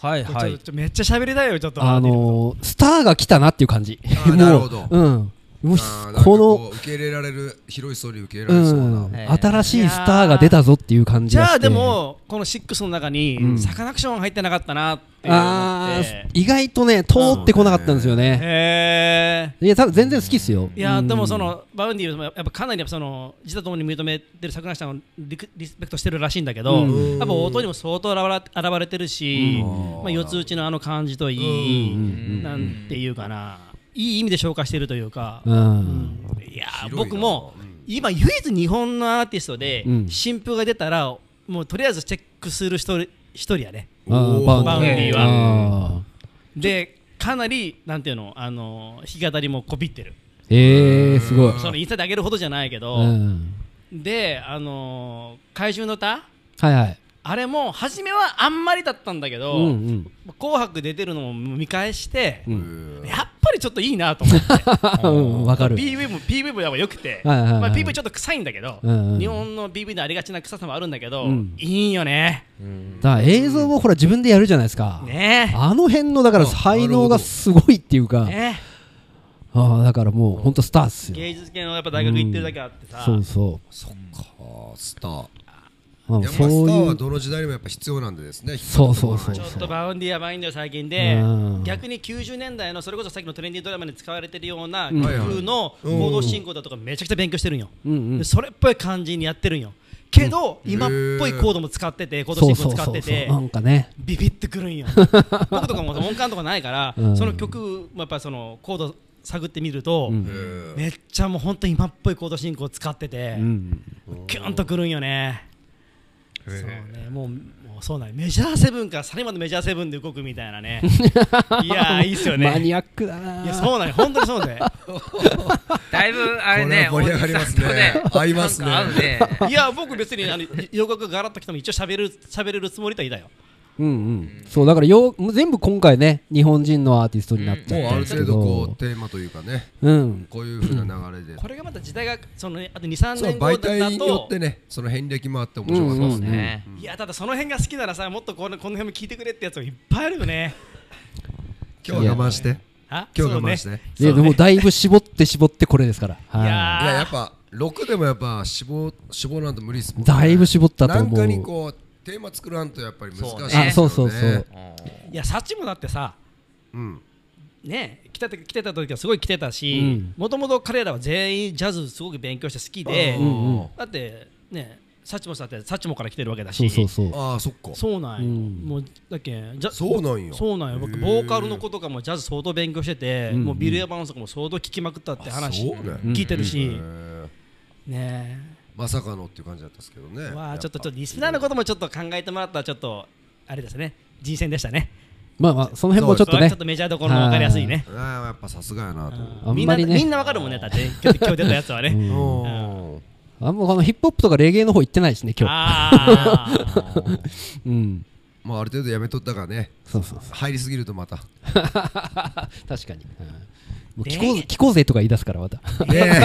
Speaker 5: はい
Speaker 1: これちょっと
Speaker 5: はい
Speaker 1: ちょっとめっちゃ喋りたいよちょっと
Speaker 4: あのスターが来たなっていう感じ
Speaker 2: あーなるほど
Speaker 4: <laughs> もううんも
Speaker 2: あ
Speaker 4: う
Speaker 2: ーなんか
Speaker 4: この
Speaker 2: う受け入れられる広い層に受け入れ
Speaker 4: う、
Speaker 2: られそうなん
Speaker 5: ええ
Speaker 4: 新しいスターが出たぞっていう感じ
Speaker 1: じ
Speaker 4: がして
Speaker 1: ゃあでもこの6の中
Speaker 4: う
Speaker 1: に
Speaker 4: ん
Speaker 1: サカナクション入ってなかったなっていう
Speaker 4: あ
Speaker 1: 思っ
Speaker 4: ー
Speaker 1: て
Speaker 4: 意外とね通ってこなかったんですよね、
Speaker 1: へえ
Speaker 4: いや多分全然好きっすよ
Speaker 1: いや
Speaker 4: うん
Speaker 1: でもそのバウンディもやっぱかなりやっぱその自他ともに認めてる桜井さんをリクリスペクトしてるらしいんだけど、
Speaker 4: う
Speaker 1: やっぱ音にも相当現れ現れてるし、
Speaker 2: うん
Speaker 1: まあ、四つ打ちのあの感じといい、
Speaker 2: うん
Speaker 5: うん
Speaker 1: なんていうかないい意味で消化してるというか、
Speaker 4: う
Speaker 1: うんんいや
Speaker 2: 広いな
Speaker 1: 僕も
Speaker 2: うん
Speaker 1: 今唯一日本のアーティストで
Speaker 4: うん
Speaker 1: 新譜が出たらもうとりあえずチェックする人一人やね
Speaker 4: あー
Speaker 2: おー
Speaker 1: バウンディは
Speaker 4: は
Speaker 1: でかなりなんていうのあの弾き語りもこびってる
Speaker 4: えー、すごい、
Speaker 1: そのインスタで上げるほどじゃないけど、
Speaker 4: うん、
Speaker 1: であのー怪獣の歌
Speaker 4: はいはい
Speaker 1: あれも初めはあんまりだったんだけど「
Speaker 4: うんうん
Speaker 1: 紅白」出てるのも見返して、
Speaker 4: う
Speaker 2: うんん
Speaker 1: やっぱりちょっといいなと思って <laughs>
Speaker 4: <laughs> うんわかる
Speaker 1: PV も PV もやっぱ良くて、
Speaker 4: はいはいはい
Speaker 1: まあ、PV ちょっと臭いんだけど、
Speaker 4: うんうん
Speaker 1: 日本の PV のありがちな臭さもあるんだけど、
Speaker 4: うん
Speaker 1: いいんよね
Speaker 4: だから映像もほら自分でやるじゃないですか、
Speaker 1: ね
Speaker 4: あの辺のだから
Speaker 2: あ
Speaker 4: 才能がすごいっていう
Speaker 1: え
Speaker 4: か、
Speaker 1: ね
Speaker 4: ああだからもう本当スターっすよ
Speaker 1: 芸術系のやっぱ大学行ってるだけあってさ、
Speaker 4: そうそ
Speaker 2: そっかスター
Speaker 4: う、うん、
Speaker 2: やっぱスタ
Speaker 4: そう
Speaker 2: ー
Speaker 4: い
Speaker 2: は
Speaker 4: う
Speaker 2: どの時代にもやっぱ必要なんでですね
Speaker 4: そうそうそう
Speaker 1: ちょっ
Speaker 4: そ
Speaker 1: と
Speaker 4: う
Speaker 1: バウンディやばいんだよ最近で
Speaker 4: うん
Speaker 1: 逆に90年代のそれこそさっきのトレンディードラマに使われてるような
Speaker 4: うん
Speaker 1: 曲の行動進行だとかめちゃくちゃ勉強してるんよ、
Speaker 4: うんうん
Speaker 1: でそれっぽい感じにやってるんよけど、今っぽいコードも使ってて行動進行使ってて
Speaker 4: なんかね
Speaker 1: ビビってくるん
Speaker 4: <laughs>
Speaker 1: よ僕とかも音感とかないから、
Speaker 4: うん
Speaker 1: その曲もやっぱそのコード探ってみると、
Speaker 4: うん
Speaker 2: うん
Speaker 1: めっちゃもう本当に今っぽいコード進行使ってて、
Speaker 4: うん
Speaker 1: キュンとくるんよね。そうね、もう、もうそうなん、メジャーセブンからサリマンのメジャーセブンで動くみたいな
Speaker 4: <laughs>
Speaker 1: ね。いやー、いいっすよ
Speaker 4: マニ
Speaker 1: ね。
Speaker 4: アックだない
Speaker 1: や、そうなんよ、本当にそうで。
Speaker 5: だいぶあれね
Speaker 2: これは盛り上がりますね
Speaker 5: おじさんと
Speaker 2: 合いますね
Speaker 5: <laughs> なんか合うね
Speaker 1: いや、僕別に、あの、洋楽がガラッときても、一応喋る、喋れるつもりではいたよ。
Speaker 4: うんうんそうだからよう全部今回ね日本人のアーティストになっちゃっ
Speaker 2: もう
Speaker 4: た
Speaker 2: あ
Speaker 4: ん
Speaker 2: る
Speaker 4: ですけ
Speaker 2: 程
Speaker 4: ど
Speaker 2: 度こうテーマというかね
Speaker 4: うん
Speaker 2: こういう風な流れで
Speaker 1: これがまた時代が、そのね、あと二三
Speaker 2: そう
Speaker 1: 年後
Speaker 2: 媒体
Speaker 1: だ
Speaker 2: によ
Speaker 1: と
Speaker 2: っ。てねその遍歴もあって面白かったです
Speaker 5: そう
Speaker 2: ね
Speaker 5: ね
Speaker 1: いや、ただ、その辺が好きならさ、もっと、この、この辺も聞いてくれってやつもいっぱいあるよね。
Speaker 2: 今日は我慢して
Speaker 1: あ、
Speaker 2: 今日
Speaker 1: そう
Speaker 2: 我
Speaker 1: ね
Speaker 2: 慢してい
Speaker 4: ででもだいぶ絞って絞ってこれですから
Speaker 1: い
Speaker 4: は
Speaker 2: やや
Speaker 1: や
Speaker 2: っぱ6でもやっぱ脂肪脂肪なんて無理っすもん
Speaker 4: い
Speaker 2: ね
Speaker 4: だいぶ絞ったと
Speaker 2: なん
Speaker 4: 思
Speaker 2: かに
Speaker 4: う
Speaker 2: こうテーマ作らんとやっぱり難しい
Speaker 5: そう
Speaker 2: ですよ
Speaker 5: ね
Speaker 2: ね
Speaker 4: あそうそうそう
Speaker 1: ー、いや、サチもだってさ。
Speaker 2: うん
Speaker 1: ね、来てた来てた時はすごい来てた
Speaker 4: う
Speaker 1: し
Speaker 4: ん
Speaker 1: もともと彼らは全員ジャズすごく勉強して好きで、
Speaker 4: うんうん
Speaker 1: だってねサチモさんってサチモから来てるわけだし
Speaker 4: そうそう
Speaker 1: <laughs>
Speaker 4: そう
Speaker 2: ああそっか
Speaker 1: そうなんよ、
Speaker 4: うん
Speaker 1: もうだっけジャ
Speaker 2: そうなんや
Speaker 1: そうなんよ僕
Speaker 2: へー
Speaker 1: ボーカルの子とかもジャズ相当勉強してて、
Speaker 4: うん
Speaker 1: もうビル・エヴァンスとかも相当聞きまくったって話
Speaker 2: あそうね
Speaker 1: 聞いてるし、
Speaker 2: へえ
Speaker 1: ね
Speaker 2: まさかのっていう感じだったんですけどね
Speaker 1: えわ
Speaker 2: や
Speaker 1: あ
Speaker 2: ぱ
Speaker 1: ちょっとちょっとリスナーのこともちょっと考えてもらったらちょっとあれですね人選でしたね
Speaker 4: まあまあその辺もちょっ
Speaker 1: そ
Speaker 4: と
Speaker 1: れは
Speaker 4: ね
Speaker 1: ちょっとメジャーどころの分かりやすいね
Speaker 2: あーやっぱさすがやなと
Speaker 4: あんま
Speaker 1: みんな
Speaker 4: りね
Speaker 1: みんな分かるもんねだ
Speaker 4: <laughs>
Speaker 1: って今日今日出たやつはね、
Speaker 2: 思う
Speaker 4: あんまこのヒップホップとかレゲエの方行ってないしね今日
Speaker 1: ああ
Speaker 4: <laughs> うん
Speaker 2: まあある程度やめとったからね
Speaker 4: そうそうそ
Speaker 2: 入りすぎると
Speaker 1: <laughs>
Speaker 2: また
Speaker 4: <laughs> う確かにうんもう
Speaker 1: レゲエ
Speaker 4: 聞こうぜ聞こうぜとか言い出すからまた
Speaker 2: ねえ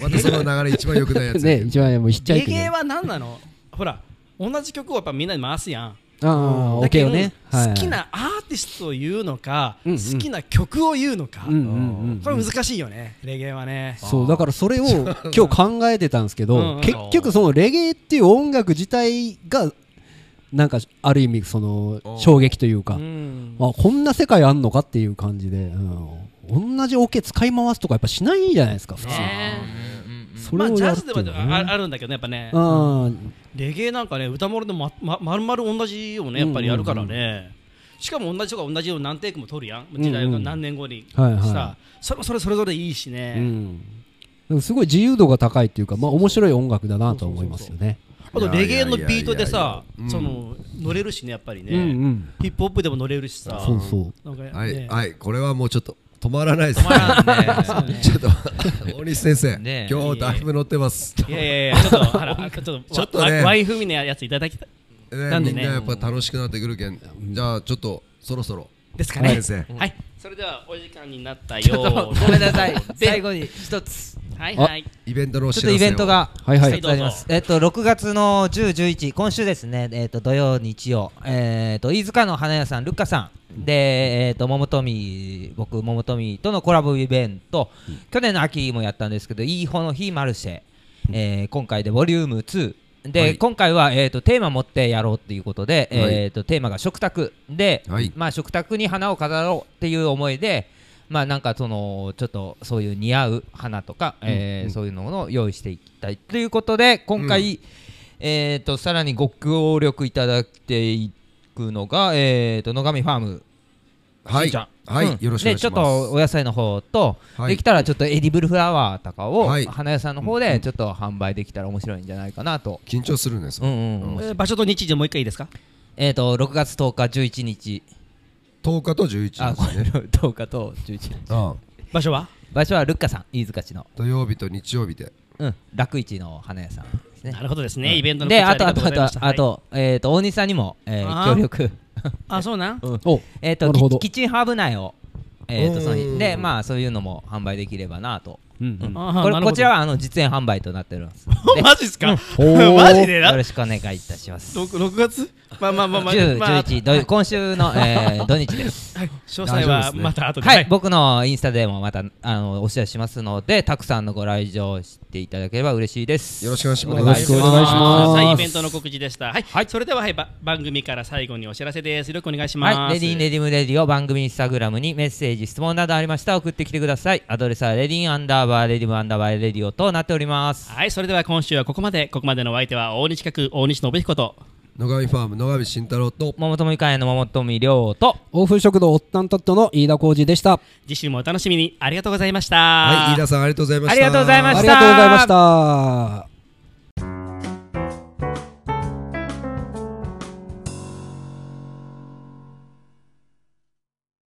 Speaker 2: またその流れ一番良くないやつや
Speaker 4: ね一番もうヒっちゃい
Speaker 1: レ
Speaker 4: け
Speaker 1: ゲ
Speaker 4: ない
Speaker 1: エは何なのほら同じ曲をやっぱみんなに回すやん
Speaker 4: ああオ
Speaker 1: だ
Speaker 4: ッケ
Speaker 1: け
Speaker 4: ー
Speaker 1: ど
Speaker 4: をねはい
Speaker 1: 好きなアーティストを言うのか、
Speaker 4: うんうん
Speaker 1: 好きな曲を言うのか、
Speaker 4: うんうんうん
Speaker 1: これ難しいよねレゲエはね
Speaker 4: そうだからそれを今日考えてたんですけど、
Speaker 1: うんうん
Speaker 4: 結局そのレゲエっていう音楽自体がなんかある意味その
Speaker 2: うん
Speaker 4: 衝撃というか、
Speaker 1: うん
Speaker 4: あこんな世界あんのかっていう感じで、うん、同じオ、ケ使い回すとかやっぱしないじゃないですか普通、
Speaker 1: ね
Speaker 5: うんうんうん
Speaker 4: そ
Speaker 1: ま
Speaker 4: れ
Speaker 1: あ
Speaker 4: を
Speaker 1: ジ
Speaker 4: や
Speaker 1: ャ
Speaker 4: るっ
Speaker 1: ズ
Speaker 4: て
Speaker 1: で
Speaker 4: い
Speaker 1: は
Speaker 4: うのはね
Speaker 1: ああるんだけどねやっぱね
Speaker 4: あー
Speaker 1: レゲエなんかね歌丸でもままるまる同じをねやっぱりやるからね、しかも同じとか同じよう何テイクも取るやん時代
Speaker 4: うん
Speaker 1: が
Speaker 4: うん
Speaker 1: 何年後にさ、
Speaker 4: はいは
Speaker 1: それもそれそれぞれいいし
Speaker 4: い、
Speaker 1: ね、
Speaker 4: うん、でもすごい自由度が高いっていうか、まあ、面白い音楽だなとは思いますよね。
Speaker 1: あとレゲエのビートで
Speaker 2: いやい
Speaker 1: さ
Speaker 2: やいやいやうん
Speaker 1: その乗れるしねやっぱりね、
Speaker 4: うん
Speaker 1: ヒップホップでも乗れるし
Speaker 4: う
Speaker 1: さ
Speaker 4: ん、そうそう
Speaker 1: なんかね、
Speaker 2: はいはいこれはもうちょっと止まらないです
Speaker 1: 止まらんねそうね
Speaker 2: <laughs> ちょっと大西先生、
Speaker 6: ねえ
Speaker 2: 今日だいぶ乗ってます。
Speaker 1: <laughs> いやいやいやちょっとあらちょっと
Speaker 2: ちょっとね
Speaker 1: ワイワイフミのやついただきた
Speaker 2: ね
Speaker 1: なんで
Speaker 2: み
Speaker 1: ね
Speaker 2: んなやっぱ楽しくなってくるけん。じゃあちょっとそろそろ
Speaker 1: ですかね、
Speaker 2: 先生。
Speaker 1: はいそれではお時間になったよ
Speaker 6: ちょっとごめんな
Speaker 5: <laughs>
Speaker 6: さい
Speaker 1: で
Speaker 6: 最後に一つ
Speaker 1: はいはい
Speaker 2: イベントのお
Speaker 5: ちょ
Speaker 2: 知
Speaker 5: っ
Speaker 2: らせ
Speaker 5: と
Speaker 2: を
Speaker 5: イベントが
Speaker 4: はいは
Speaker 1: はいい
Speaker 5: あります。えっと、6月の10、11、今週ですね、えっと、土曜、日曜、えっと、飯塚の花屋さん、ルッカさん、で、えっと、桃富、僕、桃富とのコラボイベント、去年の秋もやったんですけど、いい方の日マルシェ、えー今回でボリューム2。で、
Speaker 2: はい
Speaker 5: 今回は、えっとテーマ持ってやろうっていうことで、
Speaker 2: はい
Speaker 5: えっとテーマが食卓で、
Speaker 2: はい
Speaker 5: まあ、食卓に花を飾ろうっていう思いで、まあ、なんかそのちょっとそういう似合う花とか、えーそういうのを用意していきたいということで今回、えー、とさらにご協力いただいていくのが、えー、と野上ファーム
Speaker 2: は
Speaker 5: し
Speaker 2: い
Speaker 5: んちゃん
Speaker 2: はい、
Speaker 5: うん
Speaker 2: よろしくお願いします。
Speaker 5: でちょっとお野菜の方と、
Speaker 2: はい
Speaker 5: できたらちょっとエディブルフラワーとかを、
Speaker 2: はい
Speaker 5: 花屋さんの方でちょっと販売できたら面白いんじゃないかなと、
Speaker 2: 緊張するんです
Speaker 5: う。んうんうん
Speaker 2: うん
Speaker 1: えー場所と日時もう一回いいですか
Speaker 5: えー、と6月10日11日
Speaker 2: 10日と11
Speaker 5: あこ
Speaker 2: 日
Speaker 5: れ
Speaker 2: ですね。
Speaker 5: 10日と11日
Speaker 2: うん
Speaker 1: 場所は
Speaker 5: 場所はルッカさん飯塚市の、
Speaker 2: 土曜日と日曜日で。
Speaker 5: うん、楽市の花屋さんですね
Speaker 1: なるほどですね、イベントの
Speaker 5: で、
Speaker 1: 告
Speaker 5: あ
Speaker 1: 知
Speaker 5: と、あ
Speaker 1: りがご
Speaker 5: と、あ
Speaker 1: ざいま
Speaker 5: と
Speaker 1: し、た
Speaker 5: あ、と、えっと、大西さんにも、え
Speaker 1: あー
Speaker 5: ー協力。
Speaker 1: はいあそうなん
Speaker 4: お
Speaker 5: えっ
Speaker 4: な
Speaker 5: と、
Speaker 4: るほど
Speaker 5: キキッチンハーブ内を、えっと、その
Speaker 2: う
Speaker 5: 日。
Speaker 2: ん
Speaker 5: で、まあ、そういうのも販売できればなと。
Speaker 4: うんうん
Speaker 1: あー
Speaker 5: こ
Speaker 1: な
Speaker 5: れ、
Speaker 1: るほど
Speaker 5: こちらは、あの、実演販売となっております。
Speaker 1: <laughs>
Speaker 5: で
Speaker 1: マジっすか、
Speaker 4: おー
Speaker 1: <laughs> マジで
Speaker 5: よ
Speaker 1: な
Speaker 5: ろしくお願いいたします。
Speaker 1: 六六月まあまあまあまあ、
Speaker 5: 10、
Speaker 1: まあ、
Speaker 5: 11土曜、今週の、
Speaker 1: <laughs>
Speaker 5: えー土日です。
Speaker 1: はい詳細はまた後で、
Speaker 5: はい、僕のインスタでも、また、あの、お知らせしますので、たくさんのご来場していただければ嬉しいです。
Speaker 2: よろしくお願いします。
Speaker 4: よろしくお願いします
Speaker 1: はいイベントの告知でした。はい、それでは、はい、ば番組から最後にお知らせです。よろしくお願いします。
Speaker 5: はい、レディンレディムレディオ番組インスタグラムにメッセージ質問などありましたら送ってきてくださいアドレスはレディンアンダーバーレディムアンダーバーレディオとなっております
Speaker 1: はい、それでは今週はここまで。ここまでのお相手は大西企画大西信彦と。
Speaker 2: 野上ファーム野上慎太郎と。
Speaker 5: 桃友会の桃友亮と
Speaker 4: 欧風食堂おったんたっとの飯田浩二でした。
Speaker 1: 次週もお楽しみに。ありがとうございました。
Speaker 2: はい、飯田さんありがとうございました。
Speaker 5: ありがとうございま
Speaker 4: あ
Speaker 5: し
Speaker 4: り
Speaker 5: た
Speaker 4: がとうございました。